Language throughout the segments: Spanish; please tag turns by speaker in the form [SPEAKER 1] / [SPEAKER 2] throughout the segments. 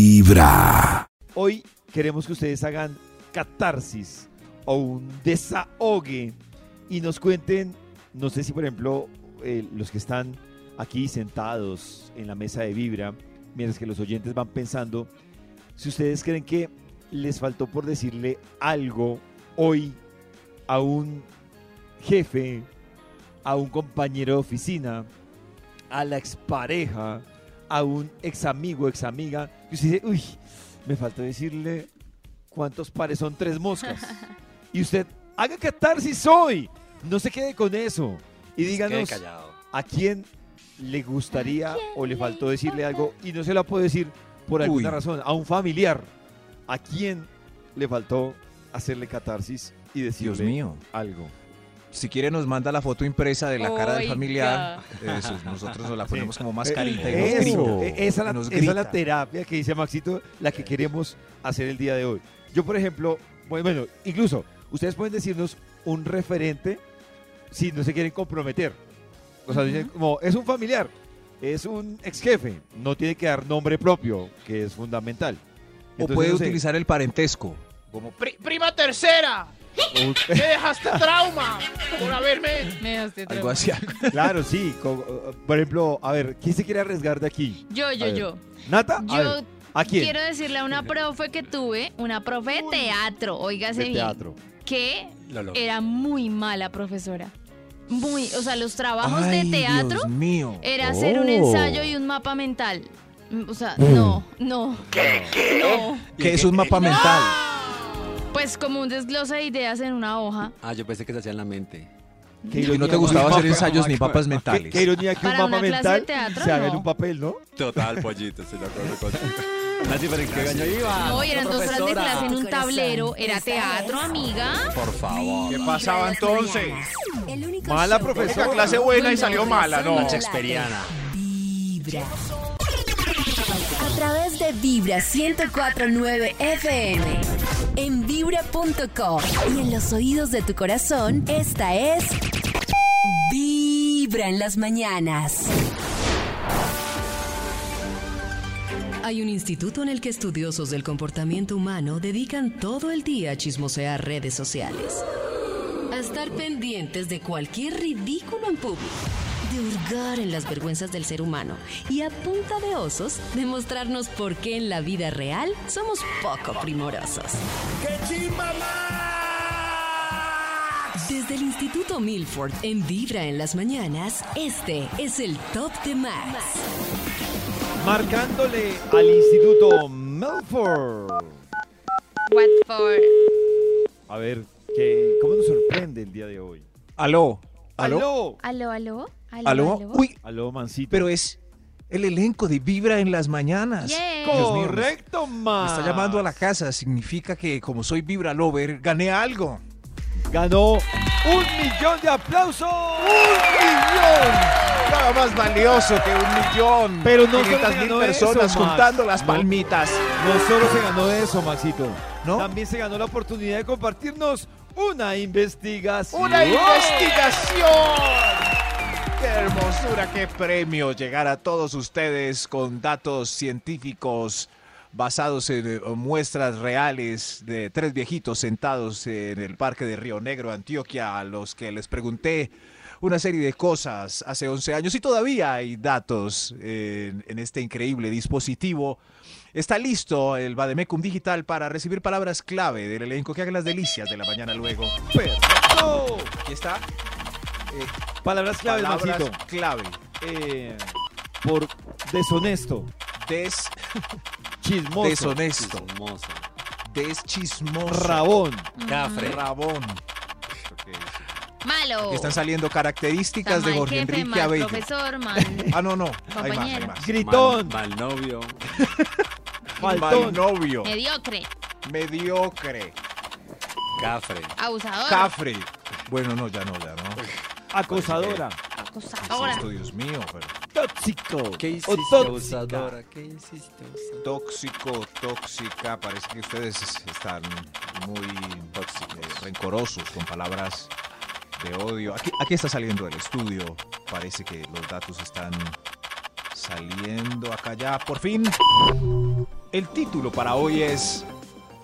[SPEAKER 1] Vibra.
[SPEAKER 2] Hoy queremos que ustedes hagan catarsis o un desahogue y nos cuenten, no sé si por ejemplo eh, los que están aquí sentados en la mesa de Vibra, mientras que los oyentes van pensando, si ustedes creen que les faltó por decirle algo hoy a un jefe, a un compañero de oficina, a la expareja, a un ex amigo, ex amiga, que usted dice, uy, me faltó decirle cuántos pares son tres moscas. Y usted, haga catarsis hoy, no se quede con eso. Y díganos a quién le gustaría o le faltó decirle algo y no se la puede decir por alguna
[SPEAKER 1] Uy.
[SPEAKER 2] razón, a un familiar, a quién le faltó hacerle catarsis y decirle
[SPEAKER 3] Dios mío.
[SPEAKER 2] algo.
[SPEAKER 3] Si quiere nos manda la foto impresa de la cara del
[SPEAKER 4] Oiga.
[SPEAKER 3] familiar. Eh, Eso, nosotros nos la ponemos como mascarita y nos
[SPEAKER 2] Eh, Eso,
[SPEAKER 3] grita.
[SPEAKER 2] eh, esa, la-
[SPEAKER 3] Nos
[SPEAKER 2] esa es la
[SPEAKER 3] grita.
[SPEAKER 2] terapia que dice Maxito, la que queremos hacer el día de hoy. Yo, por ejemplo, bueno, bueno, incluso ustedes pueden decirnos un referente si no se quieren comprometer. O sea, dicen como, es un familiar, es un ex jefe, no tiene que dar nombre propio, que es fundamental.
[SPEAKER 3] O
[SPEAKER 2] Entonces,
[SPEAKER 3] puede
[SPEAKER 2] no sé,
[SPEAKER 3] utilizar el parentesco. Como
[SPEAKER 5] Pri- prima tercera, me dejaste trauma por haberme.
[SPEAKER 4] Me dejaste
[SPEAKER 3] algo
[SPEAKER 4] trauma.
[SPEAKER 3] así.
[SPEAKER 2] o- claro, sí. co- o- por ejemplo, a ver, ¿quién se quiere arriesgar de aquí?
[SPEAKER 4] Yo, yo,
[SPEAKER 2] A ver.
[SPEAKER 4] yo.
[SPEAKER 2] ¿Nata? A,
[SPEAKER 4] Yo
[SPEAKER 2] ver, ¿a quiquién?
[SPEAKER 4] quiero decirle a una profe que tuve, una profe de teatro, óigase
[SPEAKER 2] De
[SPEAKER 4] bien,
[SPEAKER 2] teatro.
[SPEAKER 4] que
[SPEAKER 3] Lo logró.
[SPEAKER 4] era muy mala profesora. Muy, o sea, los trabajos
[SPEAKER 3] Ay,
[SPEAKER 4] de teatro
[SPEAKER 3] Dios mío. Oh.
[SPEAKER 4] era hacer un ensayo y un mapa mental. Mm, O sea, no, no. No.
[SPEAKER 3] Que es un mapa mental.
[SPEAKER 4] Pues como un desglose de ideas en una hoja.
[SPEAKER 6] Ah, yo pensé que se hacía en la mente.
[SPEAKER 2] Qué
[SPEAKER 3] Y no
[SPEAKER 2] ironía,
[SPEAKER 3] te gustaba
[SPEAKER 2] Maxito.
[SPEAKER 3] hacer ensayos ni papas
[SPEAKER 2] Qué,
[SPEAKER 3] mentales.
[SPEAKER 2] qué ironía que un
[SPEAKER 4] Para
[SPEAKER 2] mapa
[SPEAKER 4] una clase de
[SPEAKER 2] mental
[SPEAKER 4] teatro,
[SPEAKER 2] se haga en
[SPEAKER 4] no.
[SPEAKER 2] un papel, ¿no?
[SPEAKER 6] Total, pollito, se lo acuerdo con Nati, ¿pero en qué año iba?
[SPEAKER 4] No, y eran dos horas de
[SPEAKER 6] Profesora.
[SPEAKER 4] clase en un
[SPEAKER 7] Corazón,
[SPEAKER 4] tablero. Era
[SPEAKER 7] esa
[SPEAKER 4] teatro,
[SPEAKER 7] es.
[SPEAKER 4] amiga.
[SPEAKER 6] Por favor.
[SPEAKER 5] ¿Qué pasaba entonces?
[SPEAKER 7] El único
[SPEAKER 2] Mala
[SPEAKER 7] show
[SPEAKER 2] profesora.
[SPEAKER 7] donde
[SPEAKER 5] clase buena y
[SPEAKER 7] la
[SPEAKER 5] salió mala,
[SPEAKER 7] razón
[SPEAKER 5] no.
[SPEAKER 7] late.
[SPEAKER 6] Shakespeariana.
[SPEAKER 7] Vibra. A través de Vibra 104.9 FM. En vibra.com. Y en los oídos de tu corazón, esta es... Vibra en las mañanas.
[SPEAKER 8] Hay un instituto en el que estudiosos del comportamiento humano dedican todo el día a chismosear redes sociales, a estar pendientes de cualquier ridículo en público, de hurgar en las vergüenzas del ser humano y a punta de osos demostrarnos por qué en la vida real somos poco primorosos. Desde el Instituto Milford en Vibra en las mañanas, este es el Top de Max.
[SPEAKER 2] Marcándole al Instituto Melford.
[SPEAKER 4] What for?
[SPEAKER 2] A ver, que, ¿cómo nos sorprende el día de hoy?
[SPEAKER 3] Aló. Aló.
[SPEAKER 2] ¡Aló!
[SPEAKER 4] ¿Aló, aló? ¿Aló,
[SPEAKER 3] Aló.
[SPEAKER 4] aló?
[SPEAKER 3] Uy,
[SPEAKER 2] ¡Aló, Mancito!
[SPEAKER 3] pero es el elenco de Vibra en las mañanas.
[SPEAKER 4] Yeah.
[SPEAKER 3] Dios mío, me-
[SPEAKER 2] ¡Correcto,
[SPEAKER 3] Me
[SPEAKER 2] man!
[SPEAKER 3] está llamando a la casa, significa que como soy Vibra Lover, gané algo.
[SPEAKER 2] Ganó un millón de aplausos. ¡Un millón!
[SPEAKER 3] Nada más valioso que un millón.
[SPEAKER 2] Pero no
[SPEAKER 3] 500
[SPEAKER 2] solo ganó
[SPEAKER 3] mil personas
[SPEAKER 2] eso, Max.
[SPEAKER 3] juntando las
[SPEAKER 2] No.
[SPEAKER 3] palmitas.
[SPEAKER 2] No solo se ganó eso, Maxito.
[SPEAKER 3] ¿No?
[SPEAKER 2] También se ganó la oportunidad de compartirnos una investigación.
[SPEAKER 3] ¡Una investigación! ¡Qué hermosura, qué premio llegar a todos ustedes con datos científicos basados en eh, muestras reales de tres viejitos sentados en el parque de Río Negro, Antioquia, a los que les pregunté una serie de cosas hace 11 años y todavía hay datos eh, en, en este increíble dispositivo. Está listo el Bademecum Digital para recibir palabras clave del elenco que haga las delicias de la mañana luego.
[SPEAKER 2] ¡Perfecto!
[SPEAKER 3] Aquí está. Eh,
[SPEAKER 2] Palabras claves,
[SPEAKER 3] Palabras
[SPEAKER 2] Maxito.
[SPEAKER 3] clave.
[SPEAKER 2] Eh, por deshonesto,
[SPEAKER 3] Des,
[SPEAKER 2] chismoso,
[SPEAKER 3] deshonesto.
[SPEAKER 6] Hermosa.
[SPEAKER 3] Deschismoso.
[SPEAKER 2] rabón,
[SPEAKER 6] Cafre.
[SPEAKER 3] Rabón.
[SPEAKER 4] Malo. Oh.
[SPEAKER 3] Aquí Están saliendo características
[SPEAKER 4] Está
[SPEAKER 3] de
[SPEAKER 4] mal
[SPEAKER 3] Jorge
[SPEAKER 4] jefe,
[SPEAKER 3] Enrique
[SPEAKER 4] mal
[SPEAKER 3] Abello.
[SPEAKER 4] profesor, mal
[SPEAKER 3] Ah, no, no. Hay más, hay
[SPEAKER 4] Compañero.
[SPEAKER 3] más.
[SPEAKER 2] gritón,
[SPEAKER 6] Mal, mal novio.
[SPEAKER 2] faltón,
[SPEAKER 3] Mal novio.
[SPEAKER 4] mediocre,
[SPEAKER 3] Mediocre.
[SPEAKER 6] Cafre.
[SPEAKER 4] abusador,
[SPEAKER 3] Cafre. Bueno, no, ya no, ya no.
[SPEAKER 2] acosadora,
[SPEAKER 4] acosadora.
[SPEAKER 3] Esto, Dios mío. pero
[SPEAKER 2] tóxico,
[SPEAKER 6] ¿Qué
[SPEAKER 2] o
[SPEAKER 6] hiciste,
[SPEAKER 2] tóxica.
[SPEAKER 6] abusadora? ¿Qué hiciste, abusadora?
[SPEAKER 3] Tóxico, tóxica. Parece que ustedes están muy eh, rencorosos con palabras de odio. Aquí, aquí está saliendo del estudio. Parece que los datos están saliendo acá ya. Por fin. El título para hoy es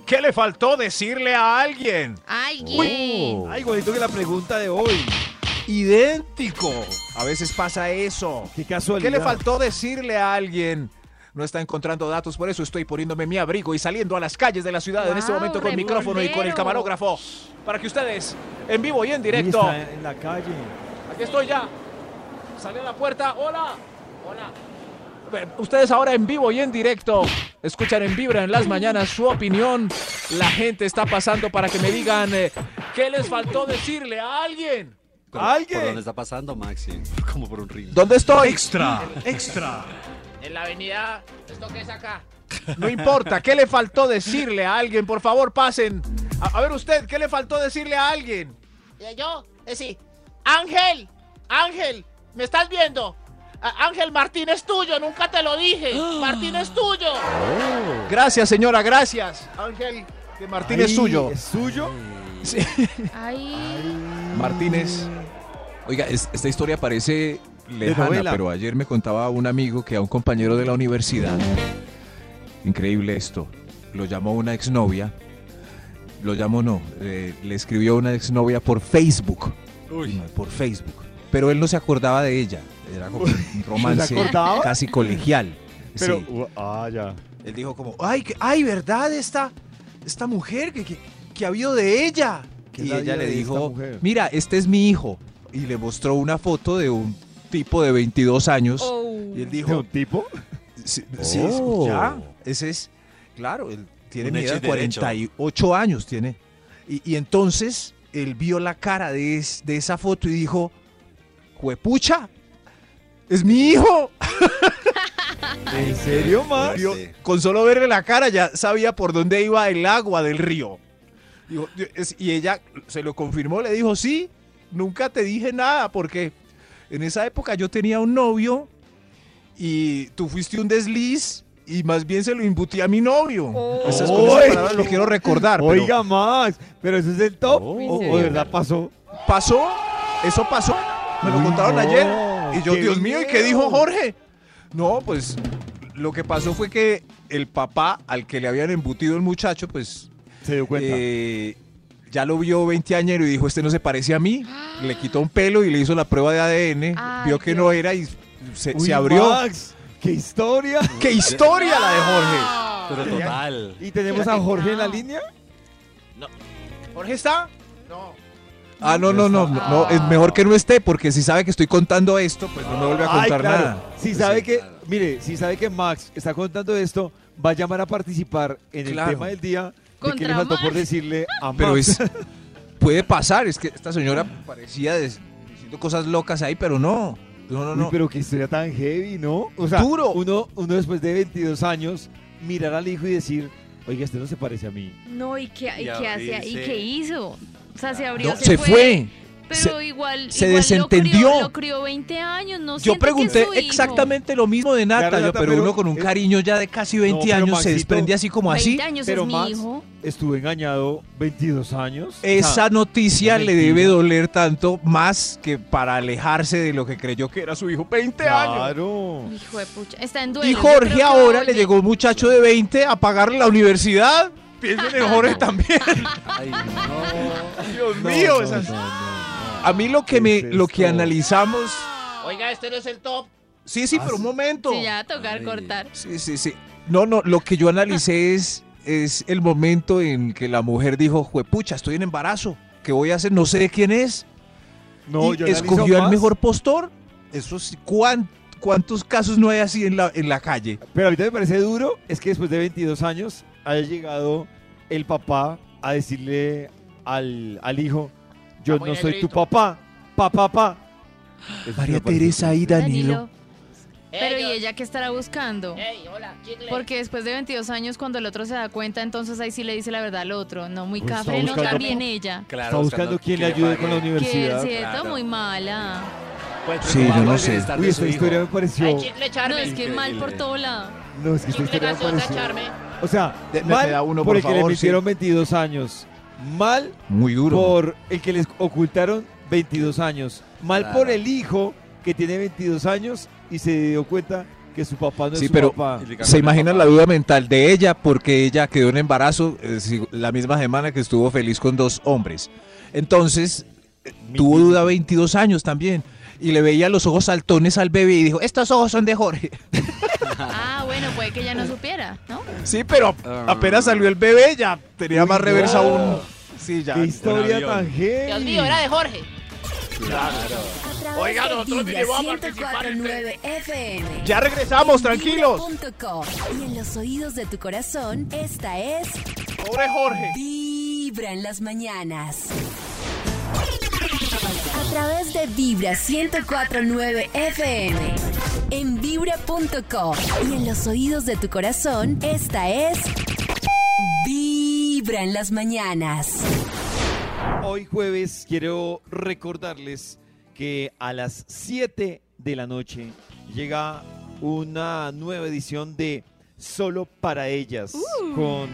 [SPEAKER 3] ¿Qué le faltó decirle a alguien?
[SPEAKER 1] Oh.
[SPEAKER 4] Alguien.
[SPEAKER 2] Ay, igualito que la pregunta de hoy.
[SPEAKER 3] Idéntico. A veces pasa eso.
[SPEAKER 2] Qué casualidad.
[SPEAKER 3] ¿Qué le faltó decirle a alguien? No está encontrando datos, por eso estoy poniéndome mi abrigo y saliendo a las calles de la ciudad en este
[SPEAKER 4] Wow,
[SPEAKER 3] momento con micrófono y con el
[SPEAKER 4] reportero.
[SPEAKER 3] camarógrafo para que ustedes en vivo y en directo.
[SPEAKER 2] Ahí está, en la calle.
[SPEAKER 3] Aquí estoy ya. Salí a la puerta. Hola. Hola. Ve- Ustedes ahora en vivo y en directo escuchan en Vibra en las mañanas su opinión. La gente está pasando para que me digan eh, qué les faltó decirle a alguien.
[SPEAKER 6] Pero,
[SPEAKER 2] ¿Alguien?
[SPEAKER 6] ¿Por dónde está pasando, Maxi? Como por un ring.
[SPEAKER 3] ¿Dónde estoy?
[SPEAKER 5] En la avenida, ¿esto qué es acá?
[SPEAKER 3] No importa, ¿qué le faltó decirle a alguien? Por favor, pasen. A, a ver usted, ¿qué le faltó decirle a alguien?
[SPEAKER 5] Y yo, es sí. Ángel, Ángel, ¿me estás viendo? A- Ángel, Martín es tuyo, nunca te lo dije. Martín es tuyo.
[SPEAKER 3] Gracias, señora, gracias. Ángel de Martínez
[SPEAKER 2] Ahí,
[SPEAKER 3] suyo.
[SPEAKER 2] ¿Es suyo?
[SPEAKER 4] Ay.
[SPEAKER 3] Martínez. Oiga, es- esta historia parece lejana,
[SPEAKER 2] novela.
[SPEAKER 3] pero ayer me contaba un amigo que a un compañero de la universidad, increíble esto, lo llamó una exnovia, lo llamó no, eh, le escribió una exnovia por Facebook, por Facebook, pero él no se acordaba de ella, era como un romance
[SPEAKER 2] acordaba?
[SPEAKER 3] casi colegial.
[SPEAKER 2] Pero,
[SPEAKER 3] sí.
[SPEAKER 2] u- ah, ya.
[SPEAKER 3] Él dijo como, ay, que- ay, ¿verdad? Esta, esta mujer que, que, que ha habido de ella.
[SPEAKER 2] ¿Qué es
[SPEAKER 3] Y
[SPEAKER 2] la
[SPEAKER 3] ella
[SPEAKER 2] vida
[SPEAKER 3] le
[SPEAKER 2] de esta
[SPEAKER 3] dijo,
[SPEAKER 2] mujer?
[SPEAKER 3] mira, este es mi hijo. Y le mostró una foto de un tipo de 22 años. Y él
[SPEAKER 2] ¿De
[SPEAKER 3] dijo,
[SPEAKER 2] un tipo?
[SPEAKER 3] sí, sí, es-
[SPEAKER 6] Oh.
[SPEAKER 3] ya, ese es, claro, él tiene
[SPEAKER 6] Un
[SPEAKER 3] mi
[SPEAKER 6] hecho
[SPEAKER 3] edad,
[SPEAKER 6] y derecho.
[SPEAKER 3] 48 años tiene. Y, y entonces él vio la cara de, es- de esa foto y dijo, juepucha, es mi hijo.
[SPEAKER 2] ¿En serio, Max?
[SPEAKER 3] Yo, con solo verle la cara ya sabía por dónde iba el agua del río. Dijo, es- Y ella se lo confirmó, le dijo, sí, nunca te dije nada, porque en esa época yo tenía un novio y tú fuiste un desliz y más bien se lo imputé a mi novio.
[SPEAKER 4] Oh.
[SPEAKER 3] Pues Esas con esas
[SPEAKER 2] ¡Ay!
[SPEAKER 3] palabras lo quiero recordar. pero
[SPEAKER 2] Oiga, Max, pero eso es el top.
[SPEAKER 6] Oh.
[SPEAKER 2] ¿O- o de verdad pasó?
[SPEAKER 3] pasó, eso pasó, me lo
[SPEAKER 2] Uy,
[SPEAKER 3] contaron
[SPEAKER 2] no,
[SPEAKER 3] ayer. Y yo,
[SPEAKER 2] qué
[SPEAKER 3] Dios mío, ¿y qué
[SPEAKER 2] miedo.
[SPEAKER 3] dijo Jorge? No, pues lo que pasó fue que el papá al que le habían embutido el muchacho, pues
[SPEAKER 2] Se dio cuenta.
[SPEAKER 3] eh, ya lo vio 20 añero y dijo, este no se parece a mí. Le quitó un pelo y le hizo la prueba de ADN,
[SPEAKER 4] Ay,
[SPEAKER 3] vio que
[SPEAKER 4] Dios.
[SPEAKER 3] no era y se,
[SPEAKER 2] Uy,
[SPEAKER 3] se abrió.
[SPEAKER 2] Max, qué historia.
[SPEAKER 3] ¡Qué historia la de Jorge!
[SPEAKER 6] Pero total.
[SPEAKER 2] ¿Y tenemos a Jorge en la línea?
[SPEAKER 5] ¿Jorge está? No.
[SPEAKER 3] Ah, no, no, no, no, no, es mejor que no esté porque si sabe que estoy contando esto, pues no me vuelve a
[SPEAKER 2] Ay,
[SPEAKER 3] contar
[SPEAKER 2] claro.
[SPEAKER 3] nada. Pues
[SPEAKER 2] Si sabe
[SPEAKER 6] Sí,
[SPEAKER 2] que,
[SPEAKER 6] claro.
[SPEAKER 2] mire, si sabe que Max está contando esto, va a llamar a participar en
[SPEAKER 3] Claro.
[SPEAKER 2] el tema del día. De que
[SPEAKER 4] Contra
[SPEAKER 2] le faltó por
[SPEAKER 4] Max.
[SPEAKER 2] decirle a Max.
[SPEAKER 3] Pero es. Puede pasar, es que esta señora parecía des- diciendo cosas locas ahí, pero no. No, no,
[SPEAKER 2] Uy,
[SPEAKER 3] no.
[SPEAKER 2] pero qué historia tan heavy, ¿no? O sea,
[SPEAKER 3] Duro.
[SPEAKER 2] Uno, uno después de 22 años mirar al hijo y decir, oiga, este no se parece a mí.
[SPEAKER 4] No, ¿y qué, y
[SPEAKER 6] Y
[SPEAKER 4] qué hacía? ¿Y
[SPEAKER 6] abrirse.
[SPEAKER 4] qué hizo? O sea, se abrió,
[SPEAKER 3] No, se fue.
[SPEAKER 4] Pero igual,
[SPEAKER 3] se
[SPEAKER 4] igual Lo
[SPEAKER 3] desentendió.
[SPEAKER 4] crió, lo crió 20 años, no
[SPEAKER 3] Yo
[SPEAKER 4] siente que es
[SPEAKER 3] pregunté
[SPEAKER 4] su hijo.
[SPEAKER 3] exactamente lo mismo de Nata,
[SPEAKER 2] Claro,
[SPEAKER 3] yo,
[SPEAKER 2] Nata,
[SPEAKER 3] pero,
[SPEAKER 2] pero
[SPEAKER 3] uno con un
[SPEAKER 2] es-
[SPEAKER 3] cariño ya de casi 20
[SPEAKER 2] pero
[SPEAKER 3] años se
[SPEAKER 2] Maxito,
[SPEAKER 3] desprende así como
[SPEAKER 4] 20
[SPEAKER 3] así.
[SPEAKER 4] años
[SPEAKER 2] Pero
[SPEAKER 4] es
[SPEAKER 2] Max-
[SPEAKER 4] mi hijo.
[SPEAKER 2] Estuve engañado 22 años. O sea,
[SPEAKER 3] Esa noticia
[SPEAKER 2] una
[SPEAKER 3] le
[SPEAKER 2] mentira.
[SPEAKER 3] debe doler tanto más que para alejarse de lo que creyó que era su hijo. 20 años.
[SPEAKER 2] Claro.
[SPEAKER 4] Hijo de pucha. Está en duelo.
[SPEAKER 3] Y
[SPEAKER 4] yo creo que
[SPEAKER 3] Jorge ahora le
[SPEAKER 4] oye,
[SPEAKER 3] llegó un muchacho de 20 a pagarle la universidad. Piensen en Jorge también.
[SPEAKER 6] Ay, no.
[SPEAKER 3] Dios
[SPEAKER 2] No,
[SPEAKER 3] mío,
[SPEAKER 2] no,
[SPEAKER 3] esas-
[SPEAKER 2] no, no, no.
[SPEAKER 3] A mí lo que
[SPEAKER 2] ¿Qué
[SPEAKER 3] me,
[SPEAKER 2] es
[SPEAKER 3] lo que
[SPEAKER 2] esto?
[SPEAKER 3] analizamos.
[SPEAKER 5] Oiga, este no es el top.
[SPEAKER 3] Sí, sí,
[SPEAKER 6] Ah,
[SPEAKER 3] pero un
[SPEAKER 6] sí.
[SPEAKER 3] momento.
[SPEAKER 4] Sí, ya va a tocar
[SPEAKER 6] Ay.
[SPEAKER 4] cortar.
[SPEAKER 3] Sí, sí, sí. No, no, lo que yo analicé es, es el momento en que la mujer dijo, juepucha, estoy en embarazo. ¿Qué voy a hacer? No sé de quién es.
[SPEAKER 2] No,
[SPEAKER 3] y
[SPEAKER 2] yo analizo
[SPEAKER 3] escogió al
[SPEAKER 2] más,
[SPEAKER 3] mejor postor. Eso sí, ¿cuán- ¿cuántos casos no hay así en la, en la calle?
[SPEAKER 2] Pero ahorita me parece duro es que después de 22 años haya llegado el papá a decirle al, al hijo, yo
[SPEAKER 5] Vamos,
[SPEAKER 2] no soy tu
[SPEAKER 5] negrito.
[SPEAKER 2] papá, papá, papá. Eso
[SPEAKER 3] María
[SPEAKER 2] me parece
[SPEAKER 3] Teresa y
[SPEAKER 2] triste.
[SPEAKER 3] Danilo.
[SPEAKER 4] Danilo. Pero ¿y
[SPEAKER 5] yo-
[SPEAKER 4] ella qué estará buscando?
[SPEAKER 5] Ey, hola, chicle.
[SPEAKER 4] Porque después de 22 años, cuando el otro se da cuenta, entonces ahí sí le dice la verdad al otro. No, muy
[SPEAKER 2] Pues está
[SPEAKER 4] cafre, no
[SPEAKER 2] buscando-
[SPEAKER 4] también ella.
[SPEAKER 6] Claro,
[SPEAKER 2] Está buscando quien le ayude con la
[SPEAKER 6] pague.
[SPEAKER 4] Que
[SPEAKER 2] universidad.
[SPEAKER 4] es cierto,
[SPEAKER 6] claro.
[SPEAKER 4] muy mala.
[SPEAKER 6] Pues,
[SPEAKER 3] Sí,
[SPEAKER 6] preocupado
[SPEAKER 3] yo no
[SPEAKER 6] del
[SPEAKER 3] sé.
[SPEAKER 6] bienestar de
[SPEAKER 2] Uy,
[SPEAKER 6] su
[SPEAKER 2] esta historia me
[SPEAKER 6] hijo.
[SPEAKER 2] pareció...
[SPEAKER 5] Ay, chicle,
[SPEAKER 4] No,
[SPEAKER 5] charme.
[SPEAKER 4] es que es mal por todo lado.
[SPEAKER 2] No, es que esta
[SPEAKER 5] Chicle,
[SPEAKER 2] historia me
[SPEAKER 5] gaseosa,
[SPEAKER 2] pareció...
[SPEAKER 5] charme.
[SPEAKER 2] O sea,
[SPEAKER 3] De- me
[SPEAKER 2] mal
[SPEAKER 3] da uno,
[SPEAKER 2] por
[SPEAKER 3] por
[SPEAKER 2] el que le
[SPEAKER 3] favor, sí.
[SPEAKER 2] metieron 22 años. Mal
[SPEAKER 3] Muy duro.
[SPEAKER 2] por el que les ocultaron 22 años. Mal
[SPEAKER 6] Claro.
[SPEAKER 2] por el hijo que tiene 22 años y se dio cuenta que su papá no
[SPEAKER 3] Sí,
[SPEAKER 2] es su
[SPEAKER 3] pero-
[SPEAKER 2] papá.
[SPEAKER 3] ¿Se imaginan la duda mental de ella? Porque ella quedó en embarazo eh, si- la misma semana que estuvo feliz con dos hombres. Entonces, eh, tuvo duda 22 años también. Y le veía los ojos saltones al bebé y dijo, estos ojos son de Jorge.
[SPEAKER 4] Ah, bueno, puede que ya no supiera, ¿no?
[SPEAKER 3] Sí, pero apenas salió el bebé ya tenía más reversa aún. Sí, ya.
[SPEAKER 2] ¡Qué historia
[SPEAKER 6] avión.
[SPEAKER 2] tan heavy!
[SPEAKER 5] Dios mío, era de Jorge.
[SPEAKER 7] A través
[SPEAKER 5] Oiga,
[SPEAKER 7] de
[SPEAKER 5] nosotros
[SPEAKER 7] Vibra
[SPEAKER 5] vinimos a participar en
[SPEAKER 7] 104.9 FM.
[SPEAKER 3] Ya regresamos, tranquilos.
[SPEAKER 7] Vibra.co. Y en los oídos de tu corazón, esta es
[SPEAKER 3] Pobre Jorge.
[SPEAKER 7] Vibra en las mañanas. A través de Vibra 104.9 FM. En Vibra.co. Y en los oídos de tu corazón, esta es Vibra en las mañanas.
[SPEAKER 2] Hoy jueves quiero recordarles que a las 7 de la noche llega una nueva edición de Solo para ellas con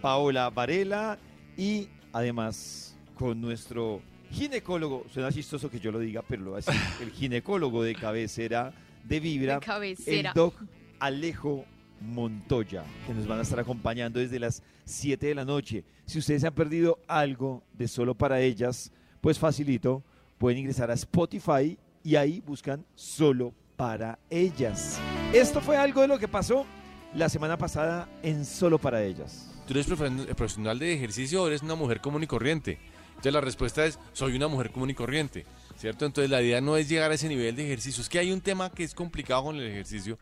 [SPEAKER 2] Paola Varela y además con nuestro ginecólogo, suena chistoso que yo lo diga, pero lo voy a decir, el ginecólogo de cabecera de Vibra,
[SPEAKER 4] De cabecera.
[SPEAKER 2] el doc Alejo Montoya, que nos van a estar acompañando desde las 7 de la noche. Si ustedes han perdido algo de solo para ellas, pues facilito, pueden ingresar a Spotify y ahí buscan solo para ellas. Esto fue algo de lo que pasó la semana pasada en Solo para ellas.
[SPEAKER 6] ¿Tú eres profe- eh, profesional de ejercicio o eres una mujer común y corriente? Entonces la respuesta es, soy una mujer común y corriente, ¿cierto? Entonces la idea no es llegar a ese nivel de ejercicio. Es que hay un tema que es complicado con el ejercicio,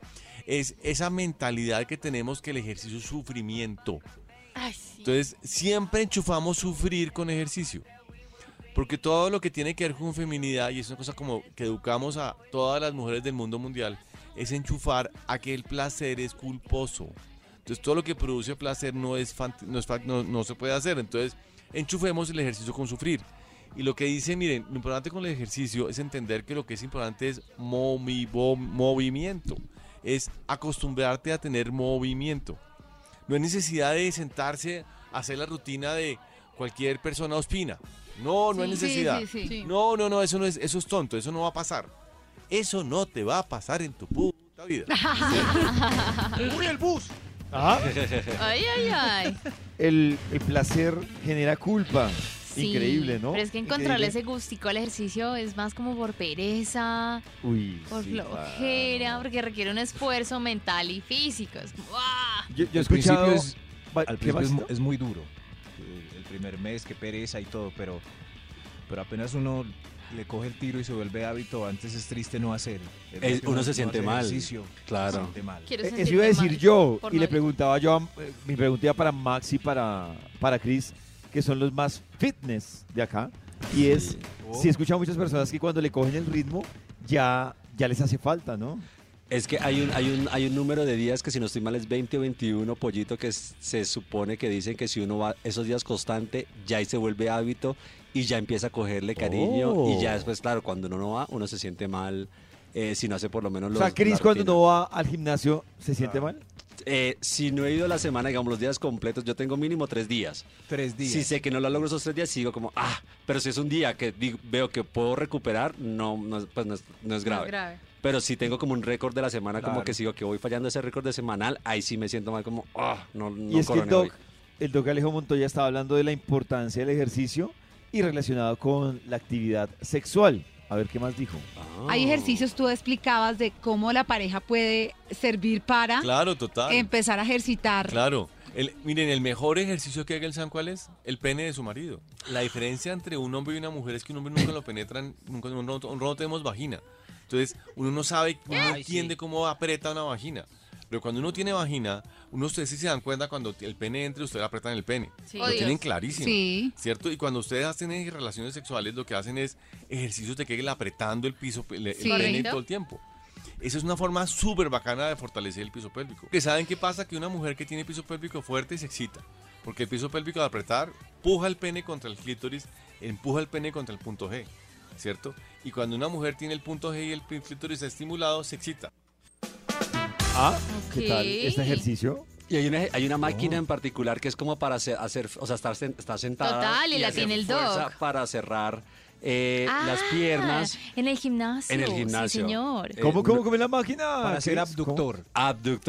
[SPEAKER 6] es esa mentalidad que tenemos que el ejercicio es sufrimiento.
[SPEAKER 4] Ay, sí.
[SPEAKER 6] Entonces, siempre enchufamos sufrir con ejercicio. Porque todo lo que tiene que ver con feminidad, y es una cosa como que educamos a todas las mujeres del mundo mundial, es enchufar a que el placer es culposo. Entonces, todo lo que produce placer no, es fant- no, es fac- no- no se puede hacer. Entonces, enchufemos el ejercicio con sufrir. Y lo que dice, miren, lo importante con el ejercicio es entender que lo que es importante es movi- vo- movimiento. Es acostumbrarte a tener movimiento. No hay necesidad de sentarse a hacer la rutina de cualquier persona ospina. No, no hay
[SPEAKER 4] Sí, sí,
[SPEAKER 6] necesidad.
[SPEAKER 4] sí, sí. Sí.
[SPEAKER 6] No, no, no, eso no es, eso es tonto, eso no va a pasar. Eso no te va a pasar en tu puta vida.
[SPEAKER 3] ¡Uy, el bus!
[SPEAKER 4] Ay, ay, ay.
[SPEAKER 2] El, el placer genera culpa.
[SPEAKER 4] Sí,
[SPEAKER 2] Increíble, ¿no?
[SPEAKER 4] Pero es que encontrarle
[SPEAKER 2] Increíble.
[SPEAKER 4] ese gustico al ejercicio es más como por pereza,
[SPEAKER 2] Uy,
[SPEAKER 4] por
[SPEAKER 2] sí,
[SPEAKER 4] flojera, porque requiere un esfuerzo mental y físico. Es como, ¡ah!
[SPEAKER 2] claro. Yo, yo he
[SPEAKER 3] Al principio
[SPEAKER 2] escuchado...
[SPEAKER 3] es-
[SPEAKER 2] Va-
[SPEAKER 3] Al
[SPEAKER 2] ¿qué
[SPEAKER 3] principio es,
[SPEAKER 2] más?
[SPEAKER 3] mu- es muy duro. eh, El primer mes, que pereza y todo, pero, pero apenas uno le coge el tiro y se vuelve hábito, antes es triste no hacer. Es
[SPEAKER 1] Es-
[SPEAKER 3] triste
[SPEAKER 1] uno
[SPEAKER 3] no-
[SPEAKER 1] se
[SPEAKER 3] no
[SPEAKER 1] siente
[SPEAKER 3] hacer
[SPEAKER 1] mal,
[SPEAKER 3] ejercicio,
[SPEAKER 1] claro.
[SPEAKER 3] Se siente mal.
[SPEAKER 4] Quiero
[SPEAKER 2] Eh, Eso
[SPEAKER 4] sentirme
[SPEAKER 2] iba a
[SPEAKER 4] mal
[SPEAKER 2] decir yo,
[SPEAKER 4] por
[SPEAKER 2] y
[SPEAKER 4] no
[SPEAKER 2] le
[SPEAKER 4] ir.
[SPEAKER 2] preguntaba yo, a, eh, mi pregunta iba para Max y para, para Chris, que son los más fitness de acá, y es,
[SPEAKER 1] Oh.
[SPEAKER 2] si he escuchado a muchas personas que cuando le cogen el ritmo, ya, ya les hace falta, ¿no?
[SPEAKER 1] Es que hay un, hay, un, hay un número de días que si no estoy mal es 20 o 21, pollito, que s- se supone que dicen que si uno va esos días constante, ya ahí se vuelve hábito y ya empieza a cogerle cariño y
[SPEAKER 2] Oh.
[SPEAKER 1] ya después, claro, cuando uno no va, uno se siente mal eh, si no hace por lo menos
[SPEAKER 2] O
[SPEAKER 1] los...
[SPEAKER 2] sea, Chris
[SPEAKER 1] la
[SPEAKER 2] cuando
[SPEAKER 1] rutina.
[SPEAKER 2] no va al gimnasio, ¿se siente mal?
[SPEAKER 1] Eh, si no he ido la semana, digamos los días completos, yo tengo mínimo tres días.
[SPEAKER 3] Tres días.
[SPEAKER 1] Si sé que no lo logro esos tres días, sigo como, ah, pero si es un día que digo- veo que puedo recuperar, no, no es- pues no es, no es
[SPEAKER 4] No,
[SPEAKER 1] grave. Pero si tengo como un récord de la semana, como que sigo que voy fallando ese récord de semanal, ahí sí me siento mal como, ah, no, no
[SPEAKER 2] y es que el
[SPEAKER 1] coroné hoy".
[SPEAKER 2] doc, el doc Alejo Montoya estaba hablando de la importancia del ejercicio y relacionado con la actividad sexual. A ver qué más dijo.
[SPEAKER 1] Ah.
[SPEAKER 9] Hay ejercicios, tú explicabas de cómo la pareja puede servir para
[SPEAKER 6] Claro, total.
[SPEAKER 9] empezar a ejercitar.
[SPEAKER 6] Claro. El- miren, el mejor ejercicio que haga el San, ¿cuál es? El pene de su marido. La diferencia entre un hombre y una mujer es que un hombre nunca lo penetran, nunca no, no- no tenemos vagina. Entonces, uno no sabe, uno no entiende cómo aprieta una vagina. Pero cuando uno tiene vagina, uno ustedes sí se dan cuenta cuando el pene entre, ustedes apretan el pene.
[SPEAKER 4] Sí.
[SPEAKER 6] Lo
[SPEAKER 4] Oh, Dios.
[SPEAKER 6] tienen clarísimo.
[SPEAKER 9] Sí.
[SPEAKER 6] ¿Cierto? Y cuando ustedes hacen eh, relaciones sexuales, lo que hacen es ejercicios de Kegel apretando el piso, el, el
[SPEAKER 9] Sí.
[SPEAKER 6] pene
[SPEAKER 4] Correcto.
[SPEAKER 6] todo el tiempo. Esa es una forma súper bacana de fortalecer el piso pélvico. Que saben qué pasa que una mujer que tiene piso pélvico fuerte se excita, porque el piso pélvico al apretar puja el pene contra el clítoris, empuja el pene contra el punto G, ¿cierto? Y cuando una mujer tiene el punto G y el pi- clítoris estimulado se excita.
[SPEAKER 2] Ah,
[SPEAKER 4] Ok.
[SPEAKER 2] ¿qué tal este ejercicio?
[SPEAKER 1] Y hay una, hay una
[SPEAKER 4] Oh.
[SPEAKER 1] máquina en particular que es como para hacer, hacer- o sea, estar, sen- estar sentada.
[SPEAKER 4] Total, y la
[SPEAKER 1] hacer
[SPEAKER 4] tiene el
[SPEAKER 1] fuerza
[SPEAKER 4] doc.
[SPEAKER 1] Para cerrar eh, las
[SPEAKER 4] Ah,
[SPEAKER 1] piernas,
[SPEAKER 4] En el gimnasio.
[SPEAKER 1] En el gimnasio.
[SPEAKER 4] Sí, señor.
[SPEAKER 1] Eh,
[SPEAKER 2] ¿Cómo, cómo come la máquina?
[SPEAKER 3] Para ser
[SPEAKER 2] Chris? ¿Cómo?
[SPEAKER 3] abductor.
[SPEAKER 1] Abductor,